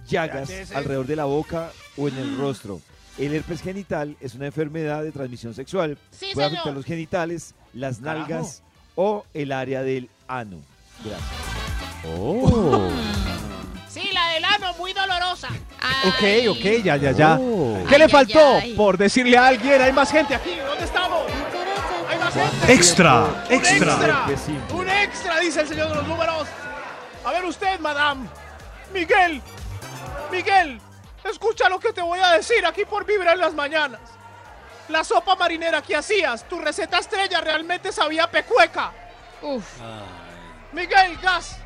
[SPEAKER 2] llagas
[SPEAKER 5] VHS.
[SPEAKER 2] alrededor de la boca o en
[SPEAKER 5] Ah.
[SPEAKER 2] el rostro. El herpes genital es una enfermedad de transmisión sexual.
[SPEAKER 5] Sí,
[SPEAKER 2] Puede
[SPEAKER 5] señor.
[SPEAKER 2] afectar los genitales, las
[SPEAKER 5] Carajo.
[SPEAKER 2] nalgas o el área del ano. Gracias.
[SPEAKER 15] Oh.
[SPEAKER 5] Sí, la del ano, muy dolorosa.
[SPEAKER 3] Ok, ok, ya, ya, ya. ¿Qué le faltó por decirle a alguien? Hay más gente aquí. ¿Dónde estamos? Hay más gente.
[SPEAKER 15] Extra,
[SPEAKER 3] Un
[SPEAKER 15] extra.
[SPEAKER 2] Herpes simple.
[SPEAKER 3] Un extra, dice el señor de los números. A ver usted, madame. Miguel. Miguel. Escucha lo que te voy a decir aquí por Vibra en las mañanas. La sopa marinera que hacías, tu receta estrella realmente sabía a pecueca. Uf. Miguel, gas.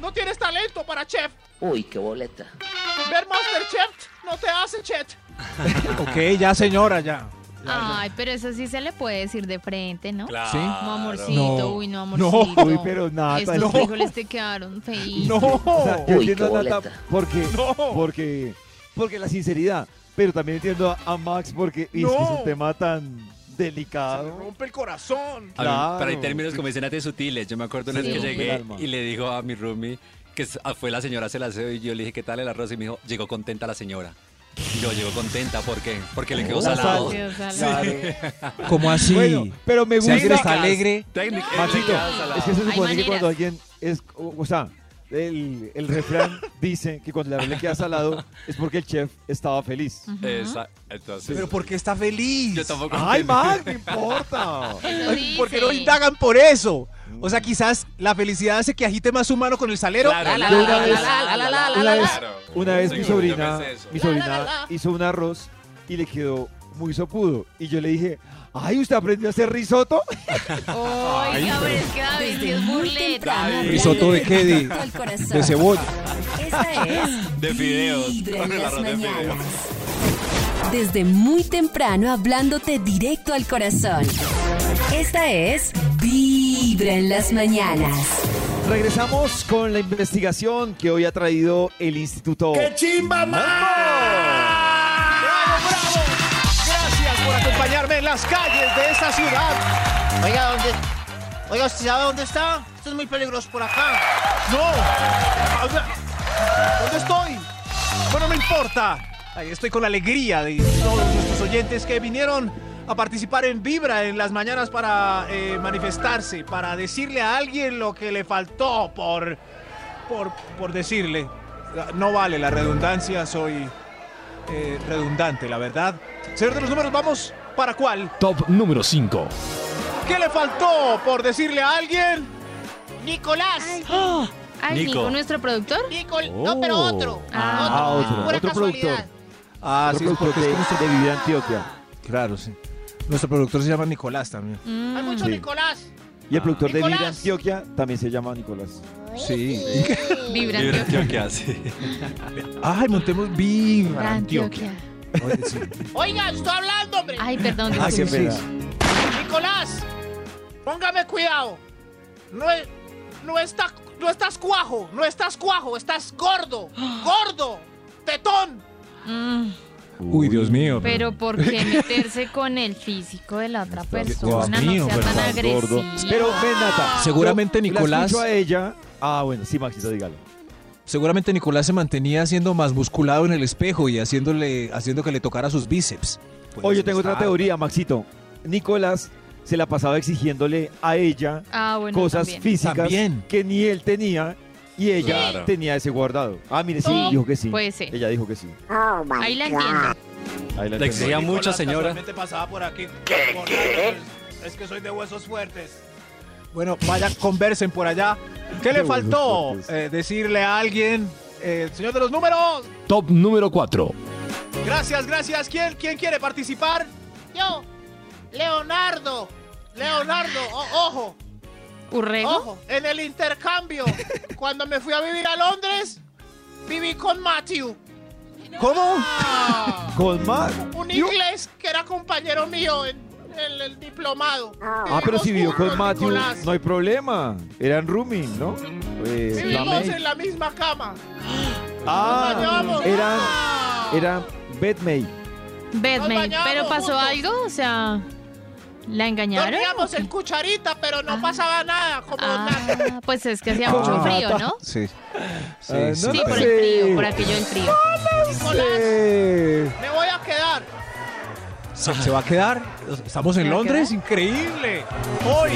[SPEAKER 3] No tienes talento para chef.
[SPEAKER 17] Uy, qué boleta.
[SPEAKER 3] Ver Masterchef no te hace chet.
[SPEAKER 15] Ok, ya señora, ya.
[SPEAKER 13] Ay, pero eso sí se le puede decir de frente, ¿no?
[SPEAKER 15] Claro.
[SPEAKER 13] Sí. No, amorcito,
[SPEAKER 15] No.
[SPEAKER 13] uy, no,
[SPEAKER 2] No.
[SPEAKER 13] amorcito.
[SPEAKER 2] Uy, pero Nata,
[SPEAKER 13] Estos
[SPEAKER 2] no.
[SPEAKER 13] frijoles te quedaron feitos.
[SPEAKER 2] No, o sea, yo
[SPEAKER 17] Uy,
[SPEAKER 2] entiendo
[SPEAKER 17] qué
[SPEAKER 2] a Nata
[SPEAKER 17] boleta.
[SPEAKER 2] porque, porque, porque la sinceridad, pero también entiendo a- a Max porque y es que es
[SPEAKER 3] No.
[SPEAKER 2] un tema tan delicado.
[SPEAKER 3] Rompe el corazón.
[SPEAKER 1] A mí, Pero hay
[SPEAKER 2] Claro.
[SPEAKER 1] términos como dicen antes sutiles. Yo me acuerdo una
[SPEAKER 2] Sí.
[SPEAKER 1] vez que
[SPEAKER 2] Rompe el
[SPEAKER 1] llegué
[SPEAKER 2] alma.
[SPEAKER 1] y le dijo a mi roomie que s- ah, fue la señora a hacer el aseo y yo le dije, ¿qué tal el arroz? Y me dijo, llegó contenta la señora. Y yo llego contenta, ¿por qué? Porque le quedó
[SPEAKER 2] La
[SPEAKER 1] salado.
[SPEAKER 2] sal.
[SPEAKER 1] Sí.
[SPEAKER 2] Claro.
[SPEAKER 15] ¿Cómo así?
[SPEAKER 2] Bueno, pero me
[SPEAKER 15] Si
[SPEAKER 2] gusta.
[SPEAKER 15] alguien está alegre.
[SPEAKER 1] Técnica.
[SPEAKER 2] Maxito, es que se
[SPEAKER 1] Hay
[SPEAKER 2] supone que
[SPEAKER 1] maneras.
[SPEAKER 2] cuando alguien es, o, o sea, el, el refrán dice que cuando el arroz le queda salado es porque el chef estaba feliz.
[SPEAKER 1] Esa- entonces,
[SPEAKER 15] Pero ¿por qué está feliz?
[SPEAKER 1] Yo tampoco.
[SPEAKER 15] Ay,
[SPEAKER 1] entiendo.
[SPEAKER 15] Max,
[SPEAKER 2] no importa.
[SPEAKER 15] Ay, ¿Por qué no indagan por eso? O sea, quizás la felicidad hace que agite más su mano con el salero.
[SPEAKER 1] Claro,
[SPEAKER 2] Yo una vez- una vez- Una vez mi sobrina, mi sobrina hizo un arroz y le quedó muy sopudo. Y yo le dije, ay, ¿usted aprendió a hacer risotto?
[SPEAKER 13] Oiga, pero es que David sí es burleta.
[SPEAKER 15] ¿Risotto de qué? De, de cebolla.
[SPEAKER 7] Esta es
[SPEAKER 1] De fideos.
[SPEAKER 7] Vibra
[SPEAKER 1] Con
[SPEAKER 7] en
[SPEAKER 1] el
[SPEAKER 7] las
[SPEAKER 1] arroz de fideos.
[SPEAKER 7] mañanas. Desde muy temprano hablándote directo al corazón. Esta es Vibra en las mañanas.
[SPEAKER 2] Regresamos con la investigación que hoy ha traído el Instituto.
[SPEAKER 10] ¡Qué
[SPEAKER 2] chimba,
[SPEAKER 3] Gracias por acompañarme en las calles de esta ciudad.
[SPEAKER 5] Oiga, ¿dónde? Oiga, ¿usted sabe dónde está? Esto es muy peligroso por acá.
[SPEAKER 3] No. ¿A dónde- ¿Dónde estoy? Bueno, no importa. Ahí Estoy con la alegría de todos nuestros oyentes que vinieron a participar en Vibra en las mañanas para eh, manifestarse, para decirle a alguien lo que le faltó por, por, por decirle. No vale la redundancia, soy eh, redundante, la verdad. Señor de los números, vamos para cuál.
[SPEAKER 16] Top número 5.
[SPEAKER 3] ¿Qué le faltó por decirle a alguien?
[SPEAKER 5] Nicolás.
[SPEAKER 13] Ay, Nico.
[SPEAKER 1] Nico.
[SPEAKER 13] ¿nuestro productor?
[SPEAKER 5] Nicol- No, pero otro.
[SPEAKER 2] Ah, otro,
[SPEAKER 5] Pura
[SPEAKER 2] otro
[SPEAKER 5] casualidad.
[SPEAKER 2] productor.
[SPEAKER 3] Ah,
[SPEAKER 2] Otro
[SPEAKER 3] sí, es porque
[SPEAKER 2] productor
[SPEAKER 3] es
[SPEAKER 2] de,
[SPEAKER 3] que nuestro-
[SPEAKER 2] de Vivir Antioquia.
[SPEAKER 3] Claro, sí. Nuestro productor se llama Nicolás también.
[SPEAKER 13] Mm,
[SPEAKER 5] Hay mucho
[SPEAKER 2] Sí.
[SPEAKER 5] Nicolás.
[SPEAKER 2] Y el productor de Vivir
[SPEAKER 5] Nicolás.
[SPEAKER 2] Antioquia también se llama Nicolás.
[SPEAKER 15] Sí.
[SPEAKER 13] Vibra
[SPEAKER 1] Vibra
[SPEAKER 13] Antioquia.
[SPEAKER 1] Antioquia, sí.
[SPEAKER 15] Ay, montemos Vibra
[SPEAKER 13] Antioquia.
[SPEAKER 15] Antioquia. Oye, sí.
[SPEAKER 5] Oiga, estoy hablando, hombre.
[SPEAKER 13] Ay, perdón.
[SPEAKER 15] Ah, qué
[SPEAKER 13] disculpe.
[SPEAKER 15] pena.
[SPEAKER 5] Nicolás, póngame cuidado. No, es- no, está, no estás cuajo, no estás cuajo, estás gordo, gordo, tetón.
[SPEAKER 13] Mm,
[SPEAKER 15] Uy, Dios mío.
[SPEAKER 13] pero ¿por qué meterse con el físico de la otra persona?
[SPEAKER 15] Dios mío,
[SPEAKER 13] no sea
[SPEAKER 15] pero
[SPEAKER 13] tan
[SPEAKER 15] estás
[SPEAKER 13] agresivo.
[SPEAKER 2] Pero ven, Nata.
[SPEAKER 15] Seguramente
[SPEAKER 2] yo la
[SPEAKER 15] Nicolás-
[SPEAKER 2] escucho a ella. Ah, bueno, sí, Maxito, dígalo.
[SPEAKER 15] Seguramente Nicolás se mantenía siendo más musculado en el espejo y haciéndole, haciendo que le tocara sus bíceps.
[SPEAKER 2] Oye, yo tengo otra teoría, Maxito. Nicolás se la pasaba exigiéndole a ella
[SPEAKER 13] Ah, bueno,
[SPEAKER 2] cosas
[SPEAKER 13] también.
[SPEAKER 2] físicas
[SPEAKER 15] También.
[SPEAKER 2] que ni él tenía Y ella
[SPEAKER 10] Claro.
[SPEAKER 2] tenía ese guardado. Ah, mire, sí,
[SPEAKER 13] Sí,
[SPEAKER 2] dijo que sí.
[SPEAKER 13] puede ser.
[SPEAKER 2] Ella dijo que sí.
[SPEAKER 13] Ahí la entiendo.
[SPEAKER 2] Ahí la
[SPEAKER 1] Le exigía
[SPEAKER 2] entendí.
[SPEAKER 1] mucho, señora.
[SPEAKER 3] Solamente pasaba por aquí. Por- pues, Es que soy de huesos fuertes.
[SPEAKER 2] Bueno,
[SPEAKER 3] Vaya, conversen por allá. ¿Qué le
[SPEAKER 16] Huesos
[SPEAKER 3] faltó
[SPEAKER 16] fuertes.
[SPEAKER 3] eh, decirle a alguien? Eh, señor de los números.
[SPEAKER 16] Top número 4.
[SPEAKER 3] Gracias, gracias. ¿Quién, quién quiere participar?
[SPEAKER 5] Yo, Leonardo, Leonardo, o- ojo.
[SPEAKER 13] ¿Urrego?
[SPEAKER 5] Ojo, en el intercambio, cuando me fui a vivir a Londres, viví con Matthew.
[SPEAKER 2] ¿Cómo? Con más.
[SPEAKER 5] Un inglés que era compañero mío en, en el diplomado.
[SPEAKER 2] Ah, pero si vivió con Matthew,
[SPEAKER 5] Nicolás.
[SPEAKER 2] no hay problema. Eran rooming, ¿no? Eh, la
[SPEAKER 5] Vivimos
[SPEAKER 2] maid.
[SPEAKER 5] en la misma cama. Nos
[SPEAKER 2] Ah,
[SPEAKER 5] bañábamos.
[SPEAKER 2] eran, eran bedmate.
[SPEAKER 13] Batman,
[SPEAKER 5] bañábamos
[SPEAKER 13] pero pasó
[SPEAKER 5] juntos.
[SPEAKER 13] algo, o sea, ¿la engañaron?
[SPEAKER 5] Dormíamos en cucharita, pero no pasaba nada. Como nada.
[SPEAKER 13] Ah, pues es que hacía
[SPEAKER 5] Como
[SPEAKER 13] mucho
[SPEAKER 5] nata.
[SPEAKER 13] frío, ¿no?
[SPEAKER 3] Sí. Sí,
[SPEAKER 2] Ah,
[SPEAKER 3] sí,
[SPEAKER 2] no
[SPEAKER 13] Sí,
[SPEAKER 2] lo
[SPEAKER 13] por el
[SPEAKER 2] sé.
[SPEAKER 13] frío, por aquello del frío.
[SPEAKER 2] Eh,
[SPEAKER 5] Me voy a quedar.
[SPEAKER 3] ¿Se, se va a quedar? Estamos en Londres, increíble. Hoy,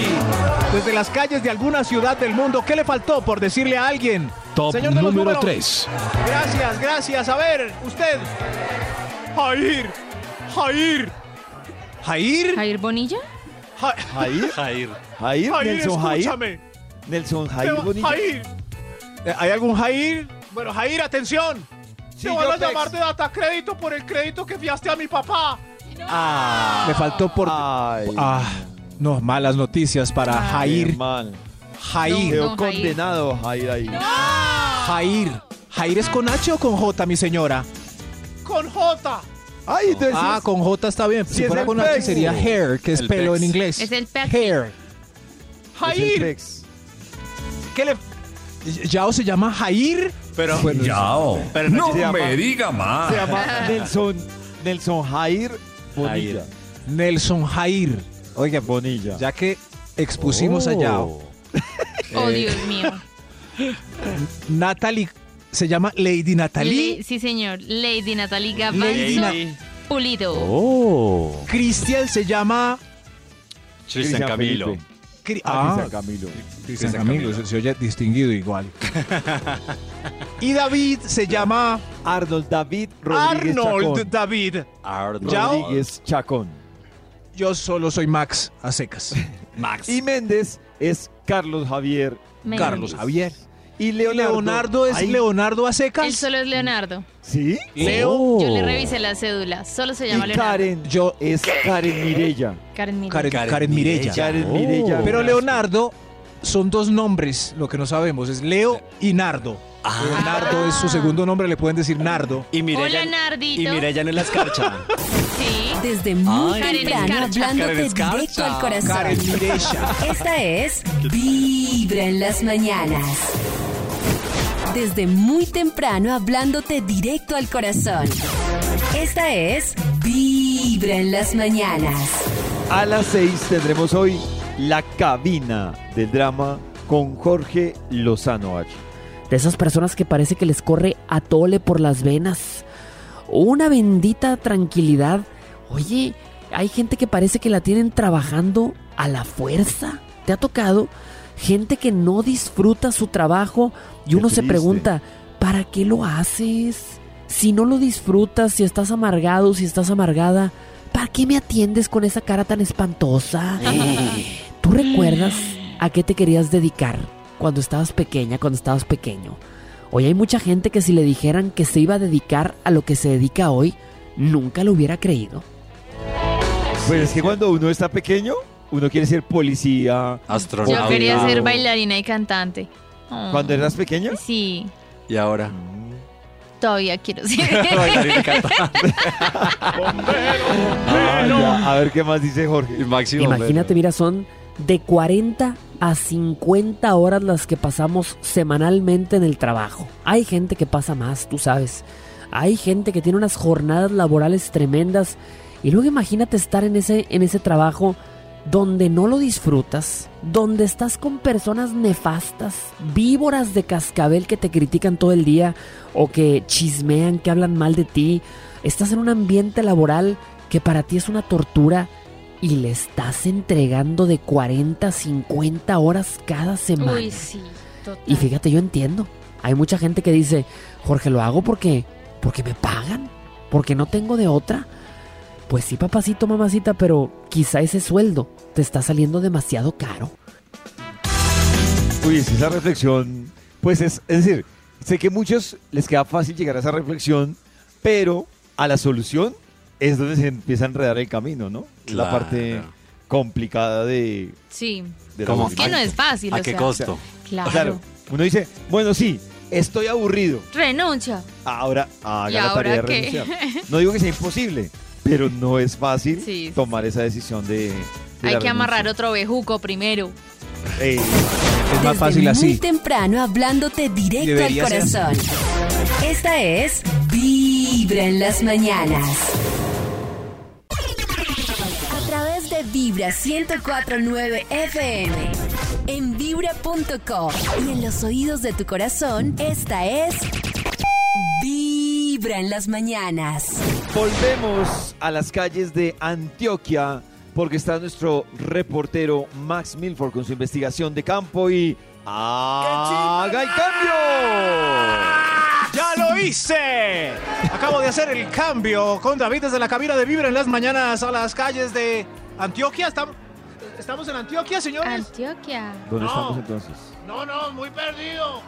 [SPEAKER 3] desde las calles de alguna ciudad del mundo, ¿qué le faltó por decirle a alguien?
[SPEAKER 16] Top
[SPEAKER 3] Señor de los
[SPEAKER 16] número
[SPEAKER 3] números.
[SPEAKER 16] 3.
[SPEAKER 3] Gracias, gracias. A ver, usted. Jair. Jair. Jair.
[SPEAKER 13] Jair Bonilla.
[SPEAKER 2] Jair.
[SPEAKER 1] Jair.
[SPEAKER 2] Jair,
[SPEAKER 3] Jair,
[SPEAKER 2] Nelson
[SPEAKER 3] escúchame.
[SPEAKER 2] Jair. Nelson Jair
[SPEAKER 3] Pero,
[SPEAKER 2] Bonilla.
[SPEAKER 3] Jair. Eh, ¿Hay algún Jair? Bueno, Jair, atención.
[SPEAKER 2] Sí,
[SPEAKER 5] Te van
[SPEAKER 2] yo
[SPEAKER 5] a llamar
[SPEAKER 2] pex.
[SPEAKER 5] de data crédito por el crédito que fiaste a mi papá.
[SPEAKER 3] Ah. Me faltó por. Ah. No, malas noticias para Jair.
[SPEAKER 2] Mal.
[SPEAKER 3] Jair.
[SPEAKER 2] Quedó condenado Jair ahí.
[SPEAKER 3] Jair. ¿Jair es con H o con J, mi señora?
[SPEAKER 5] Con J.
[SPEAKER 2] Ay, entonces.
[SPEAKER 3] Ah, con J está bien.
[SPEAKER 2] Sí,
[SPEAKER 3] Si
[SPEAKER 2] es
[SPEAKER 3] fuera
[SPEAKER 2] el
[SPEAKER 3] con H
[SPEAKER 2] pex.
[SPEAKER 3] sería hair, que es
[SPEAKER 2] El
[SPEAKER 3] pelo
[SPEAKER 2] pex.
[SPEAKER 3] en inglés.
[SPEAKER 13] Es el pex.
[SPEAKER 3] Hair. Jair.
[SPEAKER 2] Pex.
[SPEAKER 3] ¿Qué le. Yao se llama Jair.
[SPEAKER 17] Pero,
[SPEAKER 3] Bueno,
[SPEAKER 17] Yao,
[SPEAKER 2] pero no
[SPEAKER 17] no
[SPEAKER 2] oh. se llama-
[SPEAKER 17] me diga más.
[SPEAKER 2] Se llama Nelson, Nelson Jair Bonilla.
[SPEAKER 3] Nelson Jair.
[SPEAKER 2] Oiga, Bonilla.
[SPEAKER 3] Ya que expusimos a Yao.
[SPEAKER 13] Oh,
[SPEAKER 3] Eh,
[SPEAKER 13] Dios mío.
[SPEAKER 3] Natalie. Se llama Lady Natalie.
[SPEAKER 13] Le- sí, señor. Lady Natalie
[SPEAKER 3] Lady
[SPEAKER 13] Gavanzo
[SPEAKER 3] Na-
[SPEAKER 13] Pulido.
[SPEAKER 2] Oh.
[SPEAKER 3] Cristian se llama.
[SPEAKER 1] Cristian Camilo.
[SPEAKER 2] Felipe.
[SPEAKER 3] Cri-
[SPEAKER 2] Ah,
[SPEAKER 3] Ah,
[SPEAKER 2] Cristian Camilo.
[SPEAKER 3] Cristian Camilo, se, se oye distinguido igual. y David se llama
[SPEAKER 2] Arnold David Rodríguez
[SPEAKER 3] Arnold
[SPEAKER 2] Chacón.
[SPEAKER 3] David. Yao.
[SPEAKER 2] Rodríguez Chacón.
[SPEAKER 3] Yo solo soy Max a secas. Max.
[SPEAKER 2] Y Méndez es Carlos Javier.
[SPEAKER 13] Méndez.
[SPEAKER 3] Carlos Javier.
[SPEAKER 2] Y Leonardo.
[SPEAKER 3] Leonardo, es
[SPEAKER 2] ahí-
[SPEAKER 3] Leonardo a
[SPEAKER 13] Él
[SPEAKER 3] secas.
[SPEAKER 13] solo es Leonardo.
[SPEAKER 2] ¿Sí?
[SPEAKER 3] Leo.
[SPEAKER 13] Yo le revisé la cédula. Solo se llama
[SPEAKER 2] Y
[SPEAKER 13] Leonardo.
[SPEAKER 2] Karen yo es Karen Mirella.
[SPEAKER 13] Karen Miranda.
[SPEAKER 3] Karen,
[SPEAKER 2] Karen
[SPEAKER 3] Karen Mirella.
[SPEAKER 2] Karen
[SPEAKER 1] Oh.
[SPEAKER 2] Mirella.
[SPEAKER 3] Pero
[SPEAKER 2] Velasco.
[SPEAKER 3] Leonardo son dos nombres, lo que no sabemos es Leo y Nardo. Leonardo es su segundo nombre, le pueden decir Nardo.
[SPEAKER 1] Ah. Y
[SPEAKER 13] Hola,
[SPEAKER 1] Mireya.
[SPEAKER 13] Nardito.
[SPEAKER 1] Y Mireya no es la escarcha.
[SPEAKER 13] Sí.
[SPEAKER 7] Desde muy temprano
[SPEAKER 1] Ay,
[SPEAKER 13] Karen Escarcha.
[SPEAKER 7] hablándote
[SPEAKER 1] Karen Escarcha.
[SPEAKER 7] directo al corazón.
[SPEAKER 1] Karen
[SPEAKER 7] Esta es Vibra en las mañanas. Desde muy temprano hablándote directo al corazón. Esta es Vibra en las mañanas.
[SPEAKER 2] A las 6 tendremos hoy la cabina del drama con Jorge Lozano H.
[SPEAKER 18] De esas personas que parece que les corre atole por las venas. Una bendita tranquilidad. Oye, hay gente que parece que la tienen trabajando a la fuerza. ¿Te ha tocado? Gente que no disfruta su trabajo y
[SPEAKER 7] Qué
[SPEAKER 18] uno se
[SPEAKER 7] triste.
[SPEAKER 18] pregunta, ¿para qué lo haces? Si no lo disfrutas, si estás amargado, si estás amargada, ¿para qué me atiendes con esa cara tan espantosa? ¿Tú recuerdas a qué te querías dedicar cuando estabas pequeña, cuando estabas pequeño? Hoy hay mucha gente que si le dijeran que se iba a dedicar a lo que se dedica hoy, nunca lo hubiera creído.
[SPEAKER 2] Pues es que cuando uno está pequeño, uno quiere ser policía,
[SPEAKER 1] astronauta.
[SPEAKER 13] Yo quería ser bailarina y cantante. Oh.
[SPEAKER 2] ¿Cuando eras pequeño?
[SPEAKER 13] Sí,
[SPEAKER 1] Y ahora.
[SPEAKER 13] todavía quiero ser.
[SPEAKER 1] Bailarina y cantante.
[SPEAKER 2] Ah, ya. A ver qué más dice Jorge.
[SPEAKER 18] Imagínate, mira, son de 40 a 50 horas las que pasamos semanalmente en el trabajo. Hay gente que pasa más, tú sabes. Hay gente que tiene unas jornadas laborales tremendas. Y luego imagínate estar en ese, en ese trabajo donde no lo disfrutas, donde estás con personas nefastas, víboras de cascabel que te critican todo el día o que chismean, que hablan mal de ti. Estás en un ambiente laboral que para ti es una tortura y le estás entregando de 40 a 50 horas cada semana.
[SPEAKER 13] Uy, sí.
[SPEAKER 18] Y fíjate, yo entiendo. Hay mucha gente que dice, Jorge, lo hago porque, porque me pagan, porque no tengo de otra. Pues sí, papacito, mamacita, pero quizá ese sueldo te está saliendo demasiado caro.
[SPEAKER 2] Uy, si esa reflexión, pues es, es decir, sé que muchos les queda fácil llegar a esa reflexión, pero a la solución es donde se empieza a enredar el camino, ¿no? Es La
[SPEAKER 1] Claro.
[SPEAKER 2] parte complicada de...
[SPEAKER 13] Sí.
[SPEAKER 2] de la
[SPEAKER 1] Como,
[SPEAKER 13] Es que no es fácil. o sea, Claro.
[SPEAKER 2] Claro. Uno dice, bueno, sí, estoy aburrido.
[SPEAKER 13] Renuncia.
[SPEAKER 2] Ahora haga
[SPEAKER 13] ¿Y
[SPEAKER 2] la
[SPEAKER 13] ahora
[SPEAKER 2] tarea de
[SPEAKER 13] qué?
[SPEAKER 2] renunciar. No digo que sea imposible, pero no es fácil
[SPEAKER 13] Sí, sí,
[SPEAKER 2] tomar esa decisión de... de
[SPEAKER 13] Hay
[SPEAKER 2] la
[SPEAKER 13] que amarrar otro bejuco primero.
[SPEAKER 2] renuncia. Eh, es
[SPEAKER 7] Desde Muy temprano hablándote directo
[SPEAKER 2] Debería
[SPEAKER 7] al
[SPEAKER 2] ser
[SPEAKER 7] corazón. Esta es Vibra en las mañanas. A través de Vibra 1049 FM. En vibra.com y en los oídos de tu corazón, esta es Vibra en las mañanas.
[SPEAKER 2] Volvemos a las calles de Antioquia porque está nuestro reportero Max Milford con su investigación de campo y haga el cambio.
[SPEAKER 3] ¡Ya lo hice! Acabo de hacer el cambio con David desde la cabina de Vibra en las mañanas a las calles de Antioquia. ¿Estamos, estamos en Antioquia, señores?
[SPEAKER 13] Antioquia.
[SPEAKER 2] ¿Dónde
[SPEAKER 3] No.
[SPEAKER 2] estamos entonces?
[SPEAKER 5] No, no, muy perdido.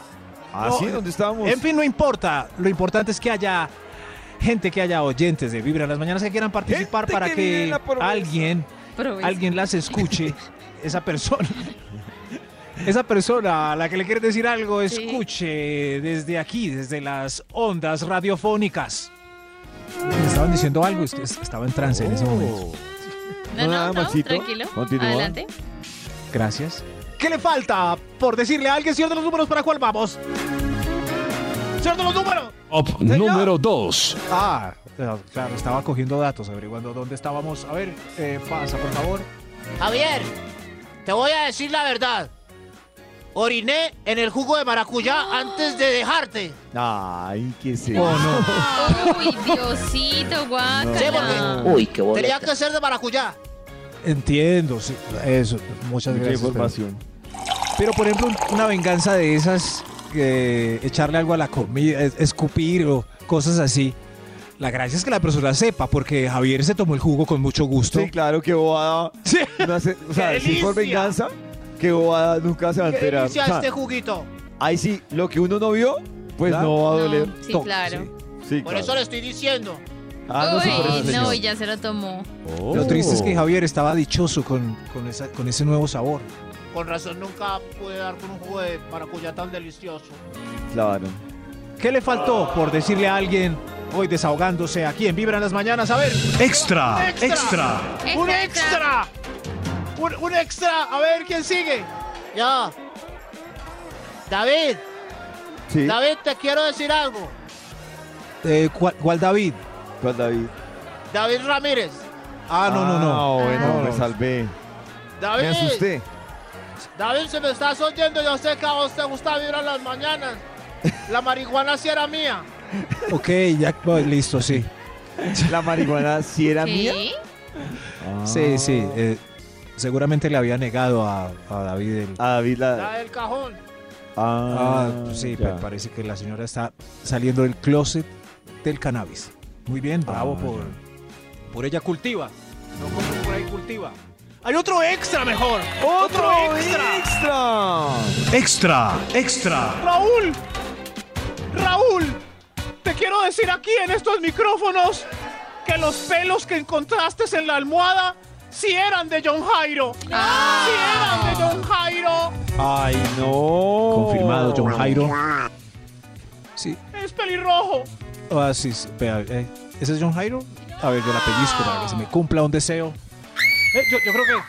[SPEAKER 2] Ah,
[SPEAKER 3] No,
[SPEAKER 2] sí, ¿dónde estábamos?
[SPEAKER 3] En fin, no importa. Lo importante es que haya gente, que haya oyentes de Vibra en las mañanas que quieran participar para
[SPEAKER 5] que vive en
[SPEAKER 3] que
[SPEAKER 5] la pobreza.
[SPEAKER 3] alguien,
[SPEAKER 5] Pobreza.
[SPEAKER 3] alguien las escuche. Esa persona. Esa persona a la que le quieres decir algo, escuche desde aquí, desde las ondas radiofónicas. Me estaban diciendo algo, es que es- estaba en trance en
[SPEAKER 2] Oh.
[SPEAKER 3] ese momento.
[SPEAKER 13] No, no, no, tranquilo. Adelante.
[SPEAKER 3] Gracias. ¿Qué le falta por decirle a alguien, señor de los números, para cuál vamos? Señor de los números.
[SPEAKER 16] Top número 2.
[SPEAKER 3] Ah, claro, estaba cogiendo datos, averiguando dónde estábamos. A ver, eh, pasa, por favor.
[SPEAKER 5] Javier, te voy a decir la verdad. Oriné en el jugo de maracuyá antes de dejarte.
[SPEAKER 2] Ay, qué
[SPEAKER 3] Oh,
[SPEAKER 2] sé.
[SPEAKER 13] Uy, Diosito,
[SPEAKER 5] Sí,
[SPEAKER 13] guácala.
[SPEAKER 5] porque
[SPEAKER 2] Uy, qué
[SPEAKER 5] Tenía que ser de maracuyá.
[SPEAKER 3] Entiendo, sí, eso. Muchas
[SPEAKER 2] Mucha
[SPEAKER 3] gracias. pero-
[SPEAKER 2] información.
[SPEAKER 3] Pero, por ejemplo, un- una venganza de esas, eh, echarle algo a la comida, es- escupir o cosas así. La gracia es que la persona sepa, porque Javier se tomó el jugo con mucho gusto.
[SPEAKER 2] Sí, claro, qué bobada. No hace- o sea,
[SPEAKER 5] ¡Qué
[SPEAKER 2] si por
[SPEAKER 5] delicia!
[SPEAKER 2] venganza, qué bobada nunca se va a
[SPEAKER 5] ¿Qué
[SPEAKER 2] enterar. Ah.
[SPEAKER 5] delicia
[SPEAKER 2] O sea,
[SPEAKER 5] este juguito?
[SPEAKER 2] ahí sí, lo que uno no vio, pues
[SPEAKER 5] Claro.
[SPEAKER 2] no va a
[SPEAKER 5] No,
[SPEAKER 2] doler.
[SPEAKER 13] Sí,
[SPEAKER 2] To-
[SPEAKER 13] claro.
[SPEAKER 2] Sí,
[SPEAKER 5] Por
[SPEAKER 2] claro.
[SPEAKER 5] eso le estoy diciendo.
[SPEAKER 2] Ah, no, sí, por eso,
[SPEAKER 13] Uy, no,
[SPEAKER 2] señor.
[SPEAKER 13] y ya se lo tomó.
[SPEAKER 3] Lo triste es
[SPEAKER 2] Oh.
[SPEAKER 3] que Javier estaba dichoso con, con, esa- con ese nuevo sabor.
[SPEAKER 5] Con razón nunca pude dar con un jugo de maracuyá tan delicioso.
[SPEAKER 2] Claro.
[SPEAKER 3] ¿Qué le faltó por decirle a alguien hoy desahogándose aquí en Vibra en las Mañanas? A ver.
[SPEAKER 2] Ah,
[SPEAKER 5] ¡Extra! ¡Extra! ¡Un extra! Un, un extra! A ver, ¿quién sigue? Ya. David.
[SPEAKER 2] Sí.
[SPEAKER 5] David, te quiero decir algo.
[SPEAKER 3] Eh, ¿cuál, cuál David?
[SPEAKER 2] ¿Cuál David?
[SPEAKER 5] David Ramírez.
[SPEAKER 3] Ah, no, no, no.
[SPEAKER 2] Ah, bueno,
[SPEAKER 3] No,
[SPEAKER 2] me
[SPEAKER 3] no.
[SPEAKER 2] salvé.
[SPEAKER 5] Ah. David.
[SPEAKER 2] Me asusté.
[SPEAKER 5] David, si me estás oyendo, yo sé que a vos te gusta vibrar las mañanas. La marihuana sí era mía.
[SPEAKER 3] Ok, ya, no, listo, sí.
[SPEAKER 2] La marihuana sí era
[SPEAKER 5] ¿Sí?
[SPEAKER 2] mía.
[SPEAKER 3] Sí, sí. eh, seguramente le había negado a, a David el...
[SPEAKER 2] A David
[SPEAKER 5] La del cajón.
[SPEAKER 3] Ah,
[SPEAKER 2] Ah,
[SPEAKER 3] sí,
[SPEAKER 2] ya.
[SPEAKER 3] pa- parece que la señora está saliendo del closet del cannabis. Muy bien,
[SPEAKER 2] Ah,
[SPEAKER 3] bravo por, por ella cultiva. No como por ahí cultiva. Hay otro extra mejor.
[SPEAKER 5] Otro extra.
[SPEAKER 3] Extra, extra.
[SPEAKER 5] Raúl. Raúl. Te quiero decir aquí en estos micrófonos que los pelos que encontraste en la almohada sí eran de John Jairo. Sí eran de John Jairo.
[SPEAKER 2] Ay, no.
[SPEAKER 3] Confirmado, John Jairo. Sí.
[SPEAKER 5] Es pelirrojo.
[SPEAKER 3] Ah, sí, sí, vea, eh, ¿Ese es John Jairo? A ver, yo la pellizco para que se me cumpla un deseo. Eh, yo, yo creo que.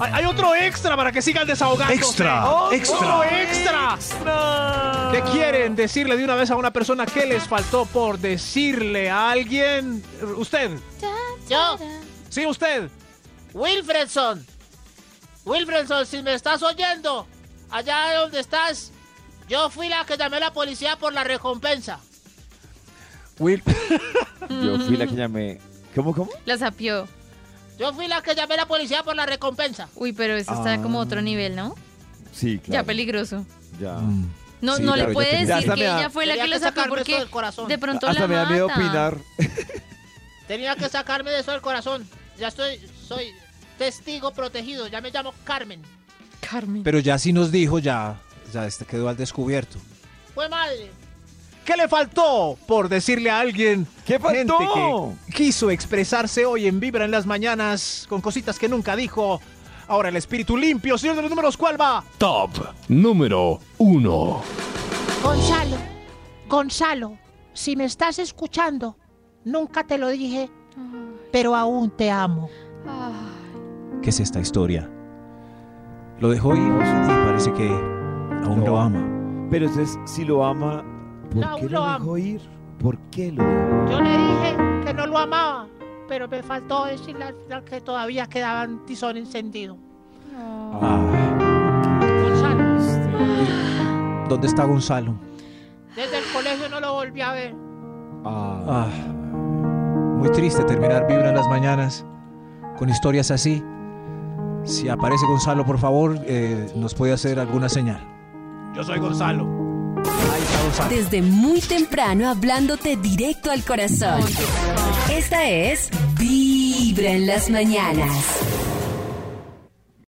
[SPEAKER 5] Hay, hay otro extra para que sigan desahogando.
[SPEAKER 3] Extra, extra.
[SPEAKER 5] Otro extra.
[SPEAKER 3] ¿Qué quieren decirle de una vez a una persona? ¿Qué les faltó por decirle a alguien? ¿Usted?
[SPEAKER 5] Yo,
[SPEAKER 3] Sí, usted.
[SPEAKER 5] Wilfredson. Wilfredson, si me estás oyendo, allá donde estás, yo fui la que llamé a la policía por la recompensa.
[SPEAKER 3] Will.
[SPEAKER 2] Yo fui la que llamé. ¿Cómo, cómo?
[SPEAKER 13] La sapió.
[SPEAKER 5] Yo fui la que llamé a la policía por la recompensa.
[SPEAKER 13] Uy, pero eso está como otro nivel, ¿no?
[SPEAKER 2] Sí,
[SPEAKER 13] Ya
[SPEAKER 2] claro.
[SPEAKER 13] peligroso.
[SPEAKER 2] Ya.
[SPEAKER 4] Mm. No,
[SPEAKER 2] Sí,
[SPEAKER 4] no le
[SPEAKER 2] claro, ya
[SPEAKER 4] puede
[SPEAKER 2] tenía-
[SPEAKER 4] decir
[SPEAKER 2] Ya hasta
[SPEAKER 4] que
[SPEAKER 2] me da-
[SPEAKER 4] ella fue la
[SPEAKER 5] Tenía
[SPEAKER 4] que lo
[SPEAKER 5] que
[SPEAKER 4] sacó
[SPEAKER 5] sacarme
[SPEAKER 4] porque
[SPEAKER 5] esto del corazón.
[SPEAKER 4] de pronto
[SPEAKER 2] Hasta
[SPEAKER 4] la
[SPEAKER 2] me da miedo
[SPEAKER 4] mata.
[SPEAKER 2] opinar.
[SPEAKER 5] Tenía que sacarme de eso del corazón. Ya estoy, soy testigo protegido. Ya me llamo Carmen.
[SPEAKER 4] Carmen.
[SPEAKER 19] Pero ya sí nos dijo, ya, ya este quedó al descubierto.
[SPEAKER 5] Fue madre.
[SPEAKER 3] ¿Qué le faltó por decirle a alguien ¿Qué
[SPEAKER 2] faltó?
[SPEAKER 3] que quiso expresarse hoy en Vibra en las mañanas con cositas que nunca dijo? Ahora el espíritu limpio, señor de los números, ¿cuál va?
[SPEAKER 16] Top número 1.
[SPEAKER 5] Gonzalo, Gonzalo, si me estás escuchando, nunca te lo dije, pero aún te amo.
[SPEAKER 3] ¿Qué es esta historia? Lo dejó ir y parece que aún lo ama.
[SPEAKER 2] Pero entonces, si lo ama, ¿por
[SPEAKER 5] No,
[SPEAKER 2] qué lo,
[SPEAKER 5] lo amo.
[SPEAKER 2] dejó ir? ¿Por qué lo dejó ir?
[SPEAKER 5] Yo le dije que no lo amaba, pero me faltó decirle al final que todavía quedaban tizón encendido.
[SPEAKER 3] ¿Dónde está Gonzalo?
[SPEAKER 5] Desde el colegio no lo volví a ver.
[SPEAKER 3] Ah, muy triste terminar Vibra en las mañanas con historias así. Si aparece Gonzalo, por favor, eh, nos puede hacer alguna señal.
[SPEAKER 20] Yo soy Gonzalo.
[SPEAKER 7] Desde muy temprano hablándote directo al corazón. Esta es Vibra en las mañanas.